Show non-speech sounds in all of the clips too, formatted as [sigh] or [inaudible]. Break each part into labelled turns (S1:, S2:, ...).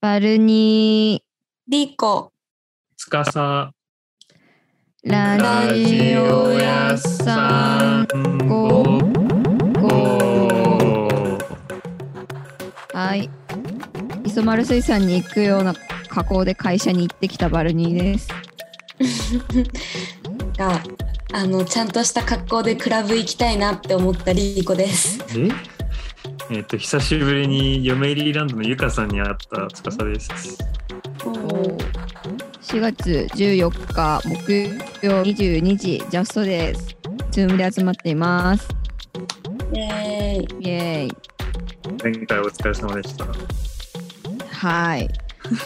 S1: バルニ
S2: リコ、
S3: つかさ
S1: ーラジオ屋さん
S3: ん
S1: ご
S3: ご
S1: はい磯丸水産に行くような加工で会社に行ってきたバルニーです
S2: があのちゃんとした格好でクラブ行きたいなって思ったリコです。
S3: ええっと久しぶりに嫁入りランドのゆかさんに会ったつかさです
S1: 4月14日木曜22時ジャストですズームで集まっています
S2: イエーイ
S1: イエーイ
S3: 前回お疲れ様でした
S1: はい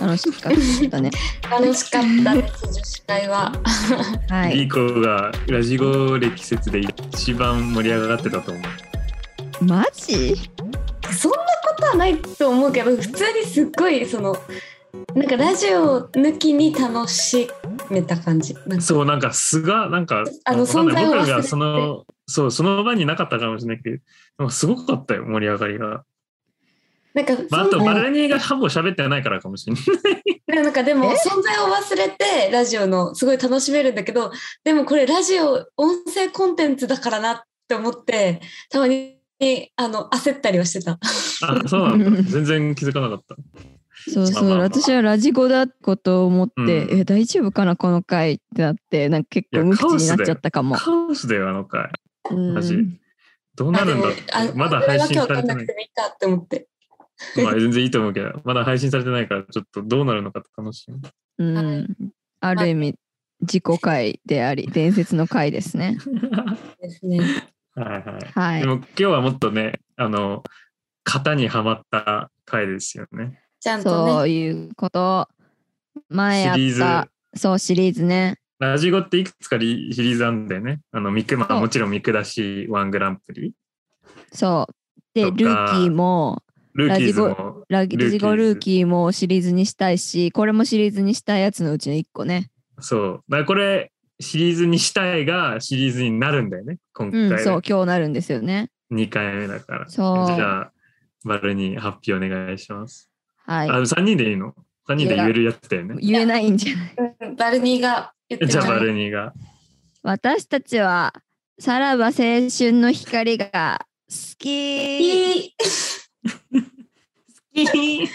S1: 楽しかったね
S2: 楽しかったです、女子会は。
S3: [laughs]
S1: は
S3: リ
S1: い
S3: ーコがラジオ歴説で一番盛り上がってたと思う
S1: マジ
S2: そんなことはないと思うけど、普通にすっごい、その、なんかラジオ抜きに楽しめた感じ。なんか
S3: そうなんか素がなんか
S2: あの
S3: わかんない
S2: 存在を忘れて
S3: 僕らがそのそうその場になかったかもしれないけどなんかすごかったよ盛り上がりが、
S2: なんか
S3: まあ、あと
S2: 存在
S3: バ
S2: を
S3: ルニーがハボ喋ってないからかもしれない
S2: なんかでも
S1: え
S2: 存在を忘れてラジオのすごい楽しめるんだけどでもこれラジオ音声コンテンツだからなって思ってたまにあの焦ったりはしてた
S3: あそうなんだ全然気づかなかった
S1: そうそう、
S3: まあまあまあ
S1: 私はラジゴだことを思って、
S3: うん
S1: え大丈夫かなこの回ってなってなんか結構
S3: いや
S1: 無口になっちゃったかも。
S3: カオスだよあの回
S1: うん
S3: マジどうなるんだって
S2: あでもあ
S3: まだ配信さ
S2: こは今日わか
S3: れて
S2: ん
S3: な
S2: ないくてもいいかって思って
S3: まあ全然いいと思うけどまだ配信されてないからちょっとどうなるのかって楽しみ
S1: うん
S2: はい
S1: ある意味自己回であり伝説の回ですね。
S2: ですね
S3: はいは
S1: はい
S3: で
S1: い。
S3: も今日はもっとねあの型にはまった回ですよね
S2: ちゃんと
S1: そ
S2: ね
S1: ういうこと前
S3: シ
S1: あっ
S3: リーズ
S1: たそうシリーズね。
S3: ラジゴっていくつかリシリーズあるんだよねあのミクマ
S1: そう
S3: もちろんミクだしワングランプリ
S1: そう。でル
S3: と
S1: ー
S3: か
S1: キーも
S3: ルーキーズ
S1: ラ
S3: も
S1: ラ
S3: ーキーズ
S1: ジゴルーキーもシリーズにしたいしこれもシリーズにしたいやつのうちの一個ね。
S3: そうだからこれシリーズにしたいがシリーズになるんだよね今
S1: う
S3: 回
S1: んそう今日なるんですよね。
S3: 2回目だから
S1: そう
S3: じゃあバルに発表お願いします
S1: はい。
S3: あ、3人でいいの ?3 人で言えるやつだよね。
S1: 言えないんじゃない
S2: うんバルニーが言って
S3: じゃあ、
S2: も
S3: バ
S2: らう
S3: ルニーが。
S1: 私たちはさらば青春の光が好
S2: [laughs]
S1: き
S2: いい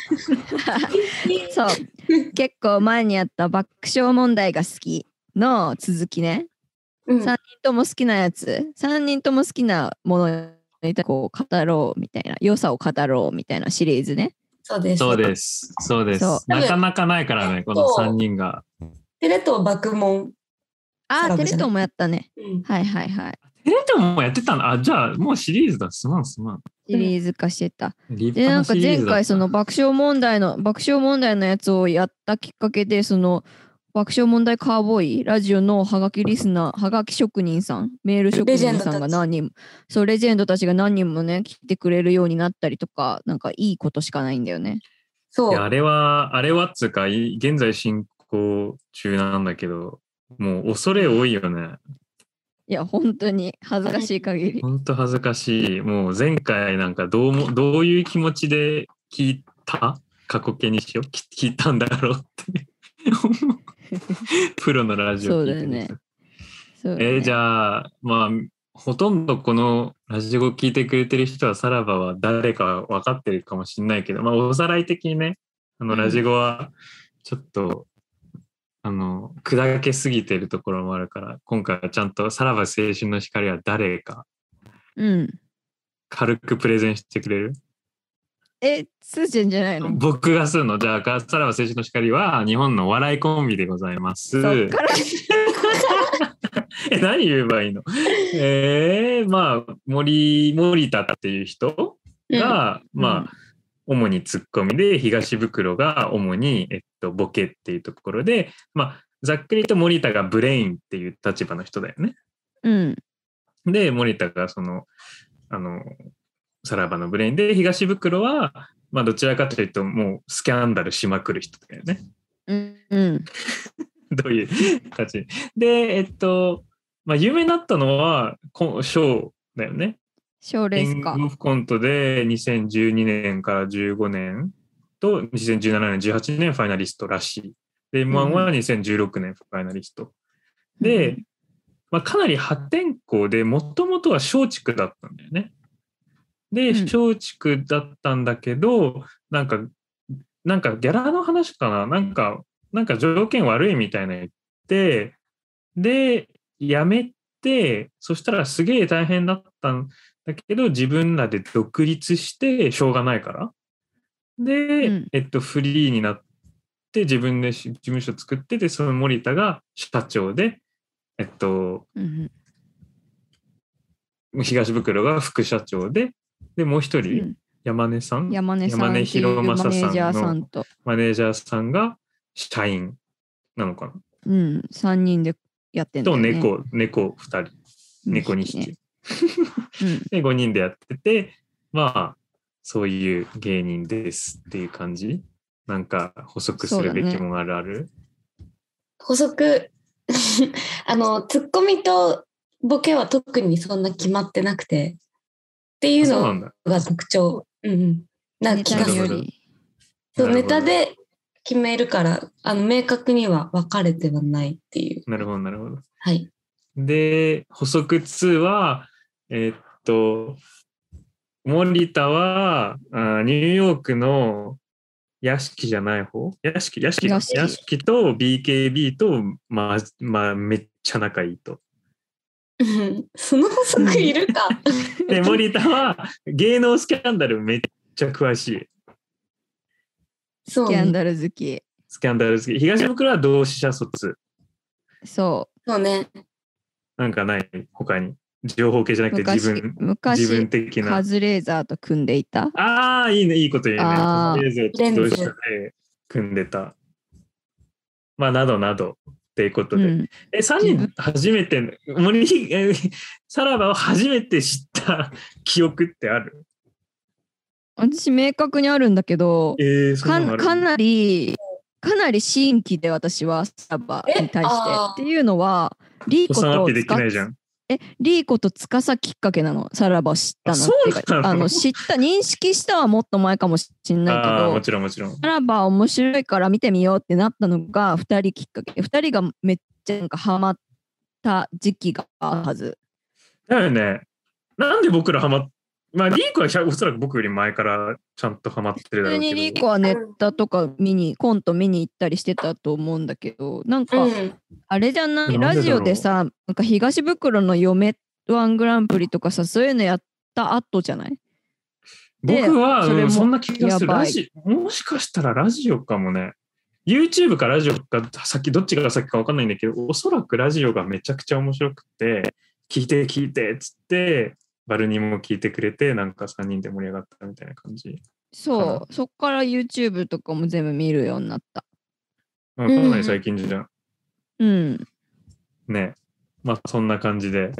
S1: そう結構前にあった爆笑問題が好きの続きね
S2: うん
S1: 三人とも好きなやつ3人とも好きなものについてこう語ろうみたいな良さを語ろうみたいなシリーズね
S2: そうです
S3: です。そうで
S1: そう
S2: なか
S3: なかないから
S2: ねこの三
S3: 人が。
S2: テレ東爆問、
S1: あ
S2: さら
S1: あ
S2: ば
S1: テ
S2: じ
S1: レ東
S2: ゃない
S1: もやったね
S2: うん
S1: はいはいはい
S3: え、でももうやってたのあ、じゃあ、もうシリーズだ。すまんすまん。
S1: シリーズ化してた、
S3: 立
S1: で
S3: 派
S1: なん
S3: な
S1: か
S3: シリー
S1: 前
S3: ズだった
S1: 回その爆笑問題の爆笑問題のやつをやったきっかけでその爆笑問題カーボーイラジオのハガキリスナーハガキ職人さんメール職人さんが何人もそうレジェンドたちが何人もね来てくれるようになったりとかなんかいいことしかないんだよね。
S2: そ
S3: いや
S2: う
S3: あれは、あれはっつうか、い現在進行中なんだけど、もう恐れ多いよね。
S1: いや本当に恥ずかしい限
S3: [laughs]
S1: り。
S3: ほんと恥ずかしい。もう前回なんかどうも、どういう気持ちで聞いた過去形にしよう。き聞いたんだろうって。 [laughs] プロのラジオ聞いてる
S1: そうだよね
S3: えーじ
S1: ゃ
S3: ゃあ、まあ、ほとんどこのラジオを聞いてくれてる人は、さらばは誰か分かってるかもしれないけど、まあ、おさらい的にね、あ
S1: う
S3: の
S1: ん
S3: ラジオはちょっと、あの、砕けすぎてるところもあるから、今回はちゃんとさらば青春の光は誰か、
S1: うん。
S3: 軽くプレゼンしてくれる
S1: えスーちゃんじゃないの
S3: 僕がするの。じゃあ、さらば青春の光は日本のお笑いコンビでございます。
S1: そっから
S3: [laughs] え、何言えばいいのえー、まあ、森、森田っていう人が、
S1: うん
S3: まあ、主にツッコミで、東袋が主に、えっと、ボケっていうところで、まあ、ざっくりと森田がブレインっていう立場の人だよね。
S1: うん
S3: で、森田がその、あの、さらばのブレインで、東袋は、まあ、どちらかというと、もう、スキャンダルしまくる人だよね。 [laughs]
S1: うんうん
S3: どういう感じ。で、えっと、まあ、有名になったのは、こショーだよね。
S1: 賞レ
S3: キ
S1: ース
S3: ン
S1: か
S3: グ。オブコントで2012年から15年と2017年18年ファイナリストらしいで M1 は2016年ファイナリスト、で、まあ、かなり破天荒でもともとは松竹だったんだよねで
S1: うん
S3: 松竹だったんだけどなんかなんかギャラの話かななんかなんか条件悪いみたいな言ってで辞めてそしたらすげえ大変だったんだけど自分らで独立してしょうがないからで、
S1: うん
S3: えっとフリーになって自分で事務所作ってでその森田が社長でえっと
S1: うん
S3: 東袋が副社長ででもう一
S1: う
S3: 人、
S1: ん
S3: 山根さん
S1: 山根さんっていう
S3: 山
S1: マネ
S3: 根弘正さんの
S1: ージャーさんと、
S3: マネージャーさんが社員なのかな、
S1: うん、3人でやってんだ
S3: と
S1: よ、ね、
S3: 猫猫2人猫2匹、
S1: ねうん
S3: で5人でやっててまあそういう芸人ですっていう感じなんか補足するべ
S1: そ
S3: き
S1: うだね
S3: ものあるある、
S2: 補足あのツッコミとボケは特にそんな決まってなくてっていう
S3: そうな
S2: の
S3: んだ
S2: が特徴、うんうん、な
S1: ネ
S2: 気
S1: タ
S2: が
S1: に
S2: す
S1: よ
S2: る
S3: なるほ
S1: り
S2: そう
S3: なる
S2: ネ
S3: ほど
S2: タで決めるからあの明確には分かれてはないっていう
S3: なるほどなるほど
S2: はい
S3: で、補足2は、えーっと、森田はあーニューヨークの屋敷じゃない方屋敷、屋敷か
S1: 屋敷
S3: 屋敷と BKB と、まあ、まあ、めっちゃ仲いいと。
S2: うん [laughs] その補足いるか [laughs]
S1: [laughs]
S3: で、森田は芸能スキャンダルめっちゃ詳しい。
S1: ス
S2: そう
S1: キャン
S2: ね
S1: ダル好き
S3: スキャンダル好き。東袋は同志社卒。
S1: そ
S2: そうね
S3: なんかない、他に。情報系じゃな
S1: う
S3: くて自
S1: 昔
S3: 分、自分
S1: 昔
S3: 的な
S1: カ。ズレーザーと組んでいた
S3: ああ、いいね、いいこと言うね。
S1: あー
S3: レーゼと同社で組んでた。まあ、などなどっていうことで。
S1: うん
S3: え、3人初めて、森ひ、えさらばを初めて知った [laughs] 記憶ってある
S1: 私明確にあるんだけど
S3: えー、そんなのあ
S1: か
S3: る
S1: かなりかなり新規で私はスタバに対して
S2: えあー
S1: っていうのはリー
S3: お
S1: コ
S3: さんア
S1: と
S3: ピで
S1: つ
S3: き
S1: か
S3: ないじゃん。
S1: えリーコと司きっかけなのさらばを知ったの
S3: あそうなの
S1: ってかあの知った認識したはもっと前かもしれないけ
S3: ああー、
S1: ど
S3: もちろんもちろん。
S1: さらば面白いから見てみようってなったのが2人きっかけ2人がめっちゃなんかハマった時期があるはず
S3: だよね。なんで僕らハマっまあ、リークはひゃおそらく僕より前からちゃんとハマってる
S1: 普通
S3: だろう
S1: にリ
S3: け
S1: ー
S3: ど。
S1: コはネタとか見にコント見に行ったりしてたと思うんだけどなんか
S2: うん
S1: あれじゃない
S3: なんでだろう
S1: ラジオでさなんか東袋の嫁ワングランプリとかさそういうのやった後じゃないで
S3: 僕は
S1: それ
S3: う
S1: も
S3: んそんな気がする
S1: やばい
S3: ラジ。もしかしたらラジオかもね。YouTube かラジオか先どっちが先か分かんないんだけど、おそらくラジオがめちゃくちゃ面白くて、聞いて聞いてっつって、バルニも聞いてくれて、なんか3人で盛り上がったみたいな感じ。
S1: そう、そっから YouTube とかも全部見るようになった
S3: まあかなり最近じゃん。
S1: うん
S3: [laughs]
S1: [laughs]
S3: ね。まあそんな感じで。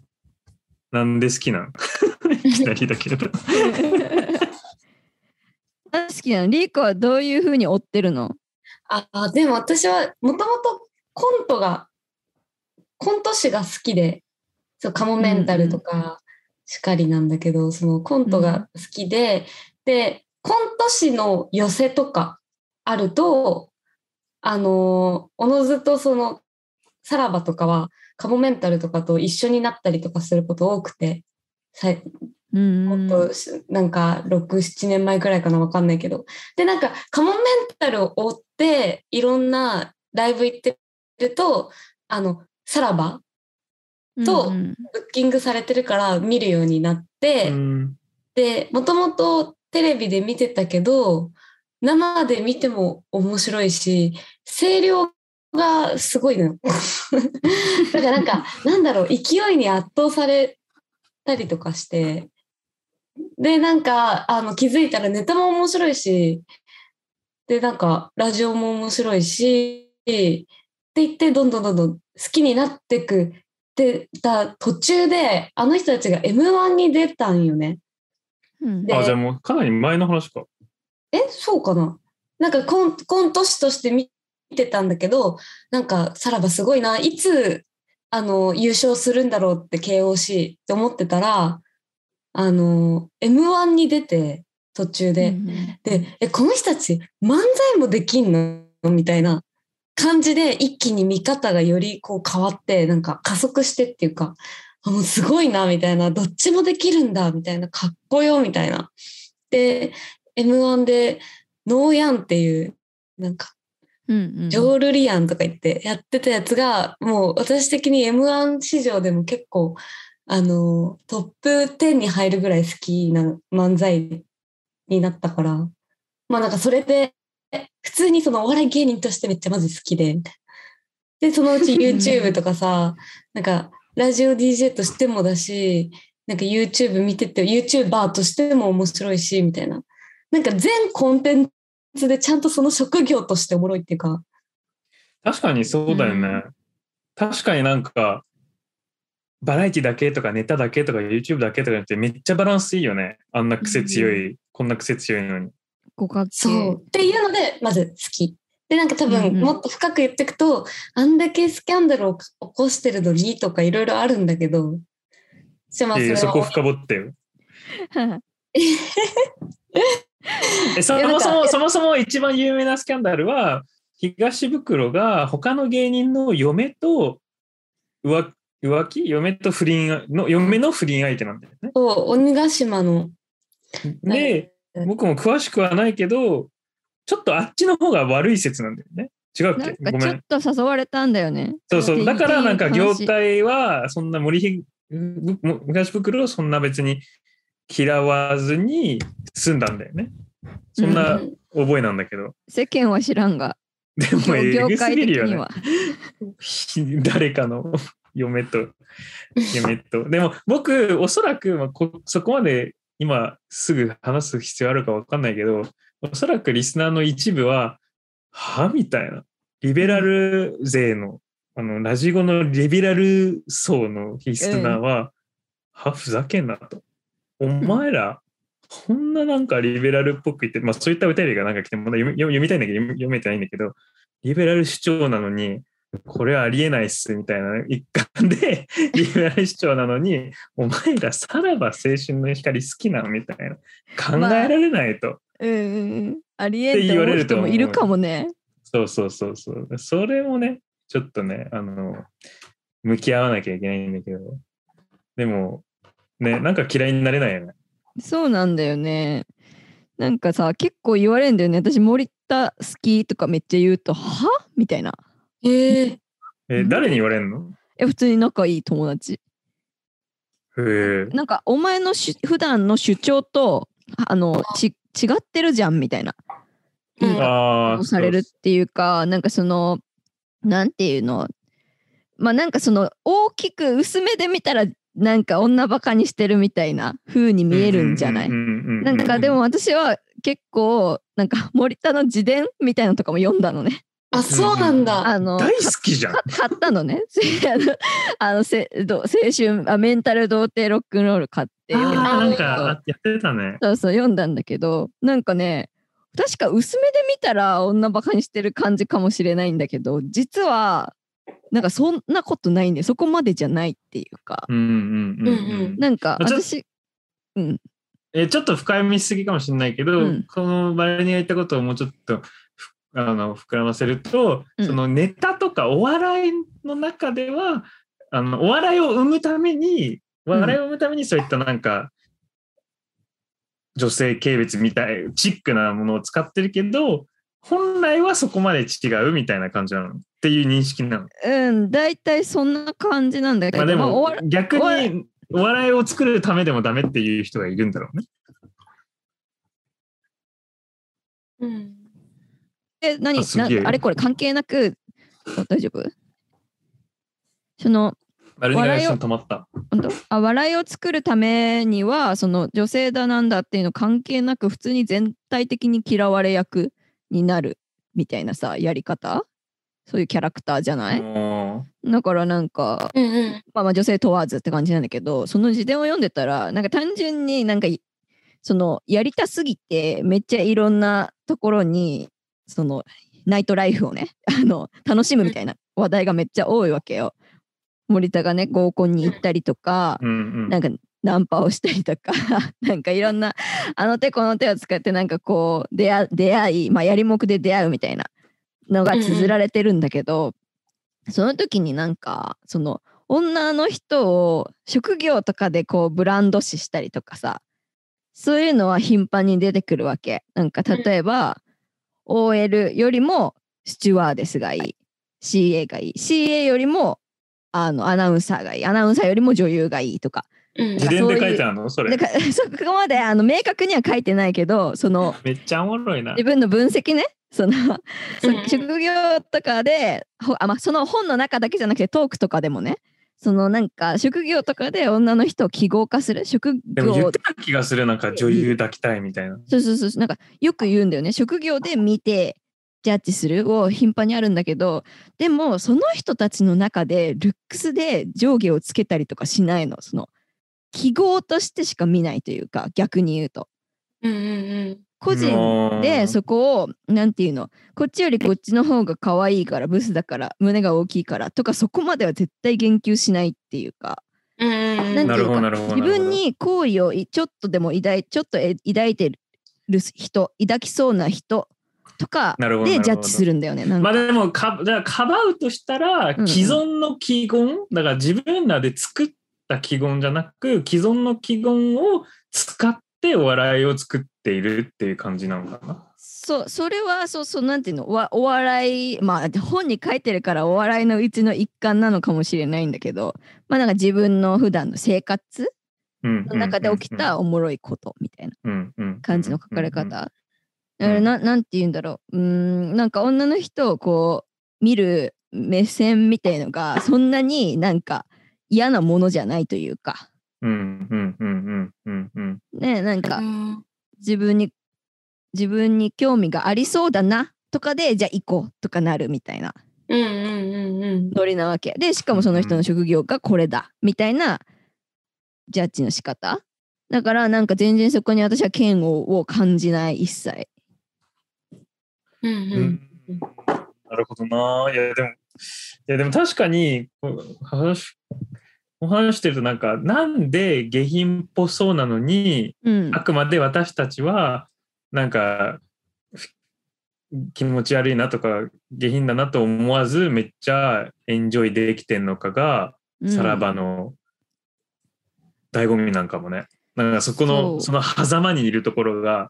S3: なんで好きなん [laughs] いきなりだけど。
S1: 大好きなのリーコはどういうふうに追ってるの
S2: ああでも私はもともとコントがコント師が好きでそうカモメンタルとかしかりなんだけど、そのコントが好きで、でコント師の寄せとかあるとあのーおのずとそのさらばとかはカモメンタルとかと一緒になったりとかすること多くてさい
S1: うん
S2: もっとしなんか67年前くらいかな分かんないけどでなんかカモメンタルを追っていろんなライブ行ってるとあのさらばと
S1: うん
S2: ブッキングされてるから見るようになって、
S3: うん
S2: でもともとテレビで見てたけど生で見ても面白いし声量がすごいのよ [laughs] だからなんかなんだろう勢いに圧倒されたりとかしてでなんかあの気づいたらネタも面白いしでなんかラジオも面白いしって言ってどんどんどんどん好きになってくってた途中であの人たちが m 1に出たんよね。
S1: うん
S2: で
S3: あ、じゃあもうかなり前の話か。
S2: えそうかななんかコンコント師として見てたんだけどなんかさらばすごいないつあの優勝するんだろうって KOC って思ってたらあの m 1に出て途中で。
S1: うんうん
S2: で、え、この人たち漫才もできんのみたいな感じで一気に見方がよりこう変わって、なんか加速してっていうか、あもうすごいな、みたいな、どっちもできるんだ、みたいな、かっこよ、みたいな。で、M1 で、ノーヤンっていう、なんか、
S1: うんうん
S2: ジョールリアンとか言ってやってたやつが、もう私的に M1 市場でも結構、あの、トップ10に入るぐらい好きな漫才になったから、まあなんかそれで、普通にそのお笑い芸人としてめっちゃまず好きで、みたいなで、そのうち
S1: [laughs]
S2: YouTube とかさ、なんかラジオ DJ としてもだし、なんか YouTube 見てて、YouTuber としても面白いし、みたいな。なんか全コンテンツでちゃんとその職業としておもろいっていうか、
S3: 確かにそうだよね。
S1: うん
S3: 確かになんか、バラエティだけとかネタだけとか YouTube だけとかじゃなくてめっちゃバランスいいよね。あんな癖強い、こんな癖強いのに。
S1: 五角形 [laughs]
S2: そう。っていうので、まず好き。で、なんか多
S1: うんう
S2: 分、
S1: ん
S2: もっと深く言っていくと、あんだけスキャンダルを起こしてるのにとかいろいろあるんだけど、じゃあまあそ
S3: いやい
S2: れ
S3: やそこ
S2: は
S3: 深掘ってよ。えそ
S2: いやなん
S3: も
S2: か
S3: そもそもそも一番有名なスキャンダルは東袋が他の芸人の嫁と浮浮気嫁と不倫の嫁の不倫相手なんだよね。
S2: そう鬼ヶ島の。
S3: で、
S2: はい
S3: 僕も詳しくはないけどちょっとあっちの方が悪い説なんだよね。違うっ
S1: なん
S3: け
S1: か
S3: ごめ
S1: ちょっ
S3: ん。
S1: と誘われたんだよね。
S3: そうそ。
S1: っていう
S3: だからなんか業
S1: っていう話
S3: 界はそんな森ひぶも東袋をそんな別に嫌わずに済んだんだよね。そんな
S2: うん
S3: 覚えなんだけど。
S1: 世間は知らんが、
S3: でもえ
S1: 業
S3: ぐす
S1: 界
S3: ぎ
S1: 的
S3: るよ
S1: に
S3: ね。
S1: は。
S3: [laughs] 誰かの嫁と嫁と。 [laughs] でも僕、おそらく、まあこそこまで今すぐ話す必要あるか分かんないけど、おそらくリスナーの一部は、はみたいな。リベラル勢の、あの、ラジゴのリベラル層のリスナーは、は、ふざけんなと。お前ら、こんななんかリベラルっぽく言って、まあそういった歌よりがなんか来て、まだ読み読み読みたいんだけど、読み読めてないんだけど、リベラル主張なのに、これはありえないっすみたいな一
S1: [laughs]
S3: 環で、リベラル市長なのに、お前らさらば青春の光好きなのみたいな。考えられないと。
S1: うんうんうん。ありえん
S3: って
S1: って
S3: 言わ
S1: 思
S3: れ
S1: う
S3: る
S1: 人
S3: と思
S1: も
S3: う
S1: いるかもね。
S3: そうそうそうそう。それもね、ちょっとね、あの、向き合わなきゃいけないんだけど。でも、ね、なんか嫌いになれないよね。
S1: そうなんだよね。なんかさ、結構言われるんだよね。私、森田好きとかめっちゃ言うと、はみたいな。
S2: えー
S3: え、誰に言われんの
S1: え、普通に仲いい友達。
S3: へえ。
S1: なんか、お前のし普段の主張と、あの、ち違ってるじゃんみたいな。
S2: うん
S1: 言い方
S3: ああ。
S1: されるっ
S3: そう
S1: ていうか、なんかその、なんていうの、まあなんかその、大きく薄めで見たら、なんか女バカにしてるみたいな風に見えるんじゃない、
S3: ううううう
S1: なんかでも、私は結構、なんか森田の自伝みたいなのとかも読んだのね。
S2: あ、そうなんだ。
S1: あの、
S3: 大好きじゃん。
S1: か買ったのね。 [laughs] あの、あのせど青春あ、メンタル童貞ロックンロール買って読んだだ
S3: あな
S1: け
S3: ん
S1: ど
S3: か、あやってたね。
S1: そうそう読んだんだけどなんかね確か薄めで見たら女バカにしてる感じかもしれないんだけど実はなんかそんなことないんでそこまでじゃないっていうか
S3: うんうんうん
S2: うん
S3: う
S2: うんん。
S1: なんか
S3: あちょ
S1: 私
S3: えーちょっと深読みしすぎかもしれないけど、
S1: うん
S3: このバレニア言ったことをもうちょっとふあの膨らませると、
S1: うん
S3: そのネタとかお笑いの中ではあのお笑いを生むために笑いを生むためにそういったなんか、女性軽蔑みたいチックなものを使ってるけど本来はそこまで違うみたいな感じなのっていう認識なの。
S1: うん大体そんな感じなんだけ
S3: ま
S1: ど、
S3: あ、で
S1: まあお
S3: も
S1: 笑い
S3: 逆
S1: お笑
S3: にお笑いを作るためでもダメっていう人がいるんだろうね。
S2: うん
S1: え何
S3: あすげえ
S1: なあれこれ関係なくお大丈夫その
S3: バレニアが一緒に止まった。
S1: 本当あ笑いを作るためにはその女性だなんだっていうの関係なく普通に全体的に嫌われ役になるみたいなさやり方そういうキャラクターじゃない、
S3: も
S1: だからなんか、
S2: うんうん
S1: まあ、まあ女性問わずって感じなんだけどその自伝を読んでたらなんか単純になんかいそのやりたすぎてめっちゃいろんなところにそのナイトライフをね [laughs] あの楽しむみたいな話題がめっちゃ多いわけよ。森田がね合コンに行ったりとか、
S3: ううんうん
S1: なんかナンパをしたりとか [laughs] なんかいろんなあの手この手を使ってなんかこう出会出会い、まあ、やりもくで出会うみたいなのが綴られてるんだけど、その時になんかその女の人を職業とかでこうブランド視したりとかさそういうのは頻繁に出てくるわけなんか例えば、OL よりもスチュワーデスがいい CA がいい CA よりもあのアナウンサーがいいアナウンサーよりも女優がいいとか
S2: うん
S1: な
S3: 自
S1: んか
S3: 伝
S1: そういう
S3: で書いてあるのそ
S1: だ
S3: れ。
S1: から [laughs] そこまであの明確には書いてないけどその
S3: めっちゃおもろいな
S1: 自。分の分析ねそのそ
S2: うん
S1: 職業とかでほあ、まあ、その本の中だけじゃなくてトークとかでもねそのなんか職業とかで女の人を記号化する職
S3: でも言っ
S1: 業
S3: てた気がする、なんか女優抱きたいみたいな。
S1: そうそうそうそうなんかよく言うんだよね職業で見てジャッジするを頻繁にあるんだけどでもその人たちの中でルックスで上下をつけたりとかしないのその記号としてしか見ないというか逆に言うと
S2: うんうん
S1: 個人
S3: う
S1: で
S3: ん
S1: そこをなんていうのこっちよりこっちの方が可愛いからブスだから胸が大きいからとかそこまでは絶対言及しないっていうか
S2: うんうんうん
S1: なんて
S3: な
S1: いう
S3: る
S1: か
S3: ほど、なるほど。
S1: 自分に好意をいちょっとでも抱いちょっとえ抱いてる人抱きそうな人とか
S3: なるほど
S1: で
S3: なる
S1: ジ
S3: ほど
S1: ャッジするんだよね。なん
S3: まあ
S1: か
S3: でもか、じゃあかばうとしたら、
S1: うん
S3: 既存の既言、だから自分らで作った既言じゃなく、既存の既言を使ってお笑いを作っているっていう感じなのかな。
S1: そうそれはそうそうなんていうのわお笑いまあ本に書いてるからお笑いのうちの一環なのかもしれないんだけどまあなんか自分の普段の生活
S3: うん
S1: の中で起きたおもろいことみたいな。感じの書かれ方。
S3: うんうん
S1: えーななんて言うんだろううーんなんか女の人をこう見る目線みたいのがそんなになんか嫌なものじゃないというか
S3: うんうんうんうんうんうん
S1: ねなん
S2: う
S1: か
S2: ん
S1: 自分に自分に興味がありそうだなとかでじゃあ行こうとかなるみたいな
S2: うんうんうんうん
S1: ノリなわけでしかもその人の職業がこれだみたいなジャッジの仕方だからなんか全然そこに私は嫌悪を感じない一切
S2: うん
S3: う
S2: うん
S3: んなるほどな。いやでも、いやでも確かにこう話お話してるとなんかなんで下品っぽそうなのに
S1: うん
S3: あくまで私たちはなんかふ気持ち悪いなとか下品だなと思わずめっちゃエンジョイできてんのかが
S1: うん
S3: さらばの醍醐味なんかもね。なんかそ
S1: そ
S3: この
S1: う
S3: その狭間にいるところが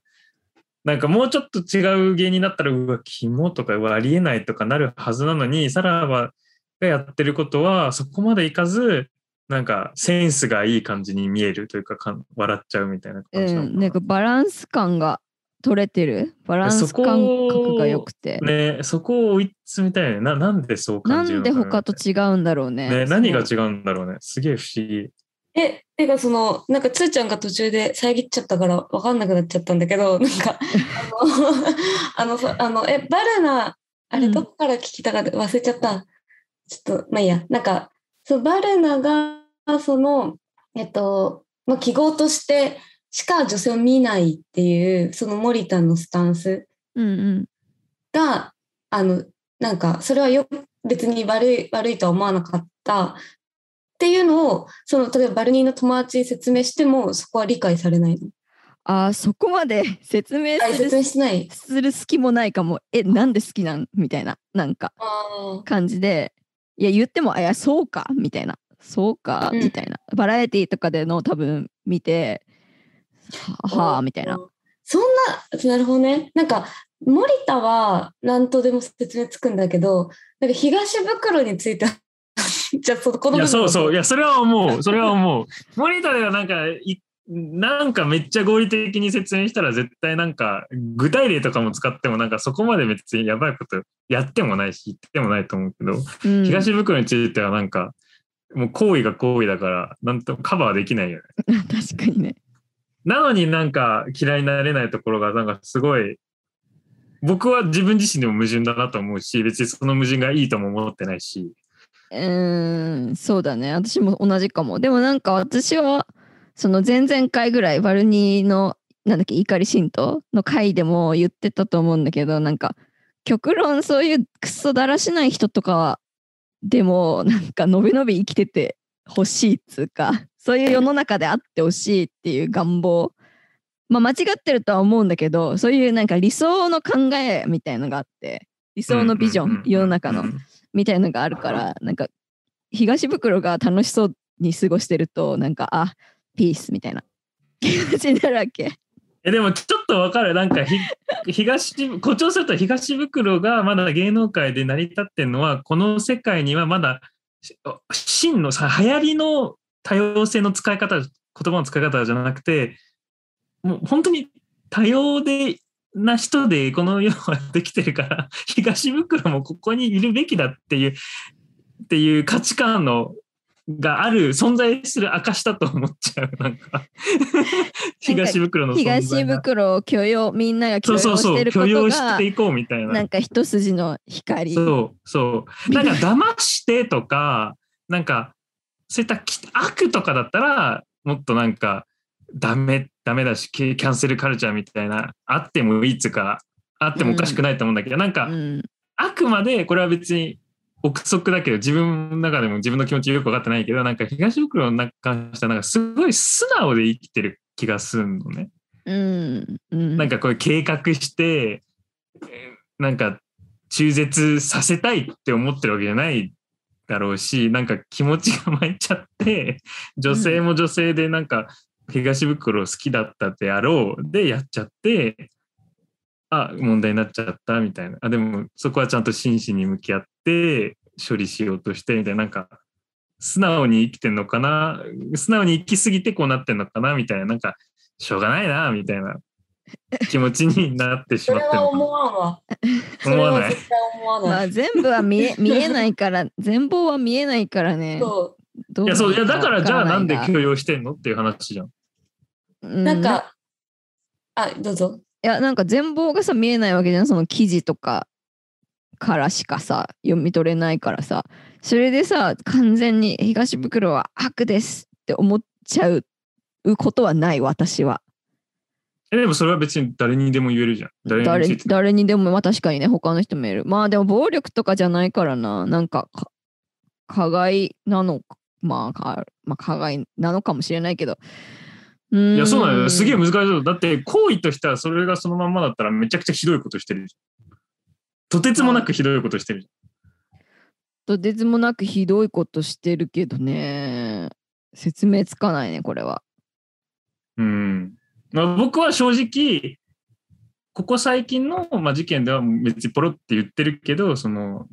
S3: なんかもうちょっと違う芸人だったらうわキモとかうわありえないとかなるはずなのにさらばがやってることはそこまでいかずなんかセンスがいい感じに見えるというかかん笑っちゃうみたいな
S1: う
S3: 感じなのか
S1: ん、なんかバランス感が取れてるバランス感覚が良くて
S3: な、ね、そこを追い詰めたいよねななんでそう
S1: な
S3: 感じる
S1: ん
S3: のか
S1: で
S3: な
S1: 他と違うんだろうね
S3: ね何が
S1: そう
S3: 違うんだろうねすげえ不思議
S2: え、てかその、なんかつーちゃんが途中で遮っちゃったから分かんなくなっちゃったんだけど、なん [laughs] か、あの、あの [laughs] そ、あの、え、バルナ、あれ
S1: うん
S2: どこから聞きたかって忘れちゃった。ちょっと、まあいいや、なんか、そうバルナが、その、えっと、まあ、記号としてしか女性を見ないっていう、その森田のスタンス
S1: うんうん
S2: が、あの、なんか、それはよ、別に悪い、悪いとは思わなかったっていうのを、その、例えばバルニーの友達に説明しても、そこは理解されないの。
S1: あーそこまで [laughs] 説明
S2: あ
S1: す
S2: 説明
S1: る
S2: してない。
S1: する隙もないかもえなんで好きなんみたいななんか
S2: あ
S1: 感じでいや言ってもあいやそうかみたいなそうか
S2: うん
S1: みたいな、バラエティとかでの多分見ては
S2: あ。
S1: はあみたいな。
S2: そんな、なるほどね。なんか、森田は何とでも説明つくんだけど、なんか東袋については、 [laughs] じゃあそこの部
S3: いや
S2: 分
S3: そうそういやそれは思うそれは思う森田ではなんかいなんかめっちゃ合理的に説明したら絶対なんか具体例とかも使ってもなんかそこまで別にやばいことやってもないし言ってもないと思うけど、
S1: うん
S3: 東袋についてはなんかもう行為が行為だからなんともカバーできないよね
S1: [laughs] 確かにね。
S3: なのになんか嫌いになれないところがなんかすごい僕は自分自身でも矛盾だなと思うし別にその矛盾がいいとも思ってないし
S1: うーんそうだね私も同じかもでもなんか私はその前々回ぐらいバルニーのなんだっけ怒り神道の回でも言ってたと思うんだけどなんか極論そういうクソだらしない人とかはでもなんかのびのび生きててほしいっつうかそういう世の中であってほしいっていう願望。まあ間違ってるとは思うんだけど、そういうなんか理想の考えみたいのがあって、理想のビジョン、世の中の。みたいのがあるから、なんか東袋が楽しそうに過ごしてると、なんか、あ、ピースみたいな気持ちになるわけ。
S3: えでもちょっとわかるなんかひ [laughs] 東誇張すると東袋がまだ芸能界で成り立ってるのはこの世界にはまだし真のさ流行りの多様性の使い方言葉の使い方じゃなくてもう本当に多様でな人でこの世はできてるから [laughs] 東袋もここにいるべきだっていうっていう価値観のがある存在する証だと思っちゃうなんか東袋の存在が
S1: 東袋を許容、みんなが許
S3: そう
S1: 容
S3: そ
S1: し
S3: うそ
S1: て
S3: う
S1: る
S3: 許
S1: こと
S3: 容し
S1: が
S3: て、いこうみたいな
S1: なんか一筋の光。
S3: そうそうなんか騙してとか [laughs] なんかそういったき悪とかだったらもっとなんかダメダメだしキキャンセルカルチャーみたいなあってもいいっつうかあってもおかしくないと思うんだけど、なんか、
S1: うん
S3: あくまでこれは別に憶測だけど自分の中でも自分の気持ちよく分かってないけどなんか東袋の中関してはなんかすごい素直で生きてる気がするのね。
S1: うんうん、
S3: なんかこういう計画してえーなんか中絶させたいって思ってるわけじゃないだろうしなんか気持ちが巻いちゃって [laughs] 女性も女性でなんか東袋好きだったであろうでやっちゃってあ問題になっちゃったみたいなあでもそこはちゃんと真摯に向き合って処理しようとしてみたいななんか素直に生きてんのかな素直に生きすぎてこうなってんのかなみたいななんかしょうがないなみたいな気持ちになってし
S2: そ
S3: まっ
S2: れ
S3: て
S2: は
S3: るのか
S2: 思わんわ。
S3: な思わ
S2: それは
S3: ない
S2: 絶対思わ
S1: ま
S2: ない。
S1: あ、全部は見
S3: [laughs]
S1: え見えないから全貌は見えないからね。
S2: そう
S1: ど
S3: [laughs] いやそういやだからじゃあなんで
S1: 日、
S3: 強要してんのっていう話じゃん
S1: うん
S2: なんか、あ、どうぞ。
S1: いやなんか全貌がさ見えないわけじゃんその記事とかからしかさ読み取れないからさそれでさ完全に東袋は悪ですって思っちゃうことはない私は
S3: えでもそれは別に誰にでも言えるじゃん誰
S1: 誰
S3: につ
S1: に
S3: いて
S1: 誰にでもまあ確かにね他の人もいるまあでも暴力とかじゃないからななんかか加害なのかまあかまあ加害なのかもしれないけどうーん
S3: いやそうなんだよすげえ難しいことだって行為としてはそれがそのまんまだったらめちゃくちゃひどいことしてるじゃんとてつもなくひどいことしてるじ
S1: とてつもなくひどいことしてるけどね説明つかないねこれは
S3: ゃんうん、まあ、僕は正直ここ最近の、まあ、事件では別にポロって言ってるけどその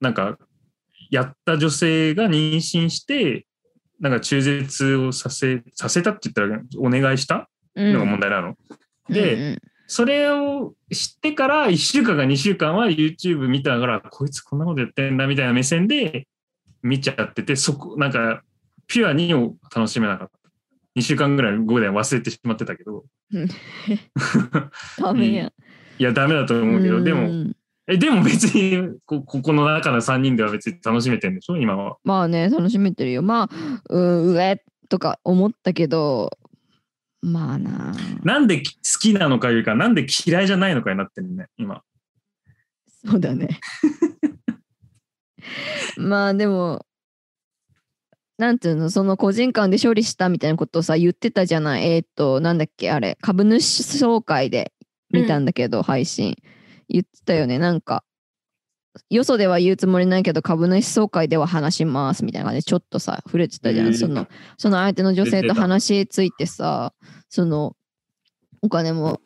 S3: なんかやった女性が妊娠してなんか中絶をさせさせたって言ったらお願いした
S1: うん
S3: のが問題なの、
S1: う
S3: で、
S1: んうん
S3: それを知ってから1週間か2週間は YouTube 見たから、こいつこんなことやってんだみたいな目線で見ちゃってて、そこ、なんか、ピュアにを楽しめなかった。2週間ぐらい後で忘れてしまってたけど、
S1: ダメや、
S3: いや、ダメだと思うけど、で
S1: う
S3: も、
S1: ん
S3: え、でも別にこ、ここの中の3人では別に楽しめてるんでしょ、今は。
S1: まあね楽しめてるよまあうんうえとか思ったけどまあな
S3: なんでき好きなのかよりか、なんで嫌いじゃないのかになってるね、今。
S1: そうだね。まあでも、なんていうの、その個人間で処理したみたいなことをさ、言ってたじゃない。えっ、と、なんだっけ、あれ、株主総会で見たんだけど、配信。言ってたよね、なんか。よそでは言うつもりないけど、株主総会では話しますみたいな感じで、ちょっとさ、触れてたじゃ。
S3: うんん
S1: その、その相手の女性と話しついてさ、その、お金も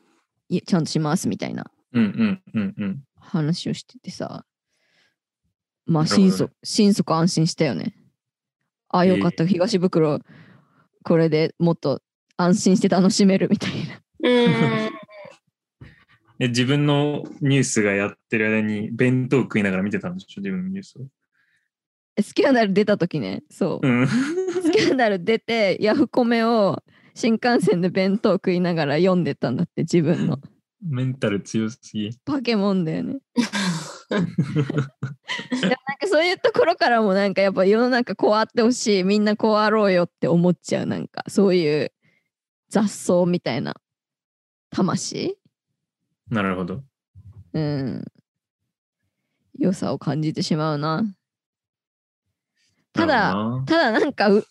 S1: いちゃんとしますみたいな。
S3: うんうんうんうん。
S1: 話をしててさまあ
S3: な
S1: 心
S3: るほどね
S1: 底心底安心したよねああ
S3: ええ
S1: よかった、東袋これでもっと安心して楽しめるみたいな
S2: うーん。
S3: え自分のニュースがやってる間に弁当食いながら見てたんでしょ自分のニュースを。
S1: [laughs] スキャンダル出た時ね
S3: [laughs]
S1: そう、
S3: うん。
S1: スキャンダル出てヤフコメを新幹線で弁当食いながら読んでたんだって自分の
S3: メンタル強すぎ。
S1: パケモンだよねでもなんかそういうところからもなんかやっぱ世の中こうあってほしいみんなこうあろうよって思っちゃうなんかそういう雑草みたいな魂
S3: なるほど。
S1: うん良さを感じてしまうなただ
S3: なるほどな
S1: ただなんかう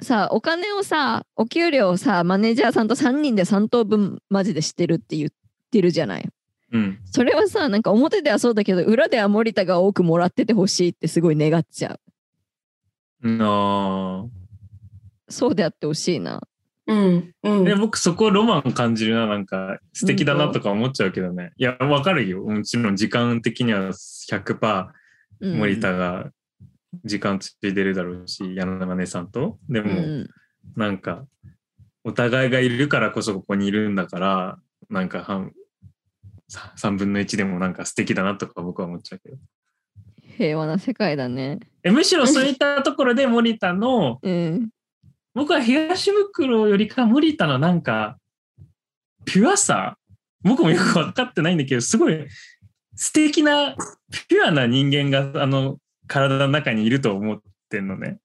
S1: さお金をさお給料をさマネージャーさんと3人で3等分マジでしてるって言ってるじゃない
S3: うん。
S1: それはさなんか表ではそうだけど裏では森田が多くもらっててほしいってすごい願っちゃ
S3: あ
S1: うそうであってほしいな
S2: [laughs] うん。う
S3: あ。で、
S2: ん。
S3: 僕そこロマン感じるな、なんか素敵だなとか思っちゃうけどね。いや、わかるよ。もちろん時間的には100%
S1: うん
S3: 森田が時間ついてるだろうし、矢野真さんと。で
S1: う
S3: も、
S1: ん
S3: なんか、お互いがいるからこそここにいるんだから、なんか半、3分の1でもなんか素敵だなとか僕は思っちゃうけど。
S1: 平和な世界だね
S3: えむしろそういったところで森田の、
S1: うん
S3: 僕は東袋よりか森田のなんか、ピュアさ、僕もよく分かってないんだけど、すごい素敵な、ピュアな人間があの体の中にいると思ってんのね。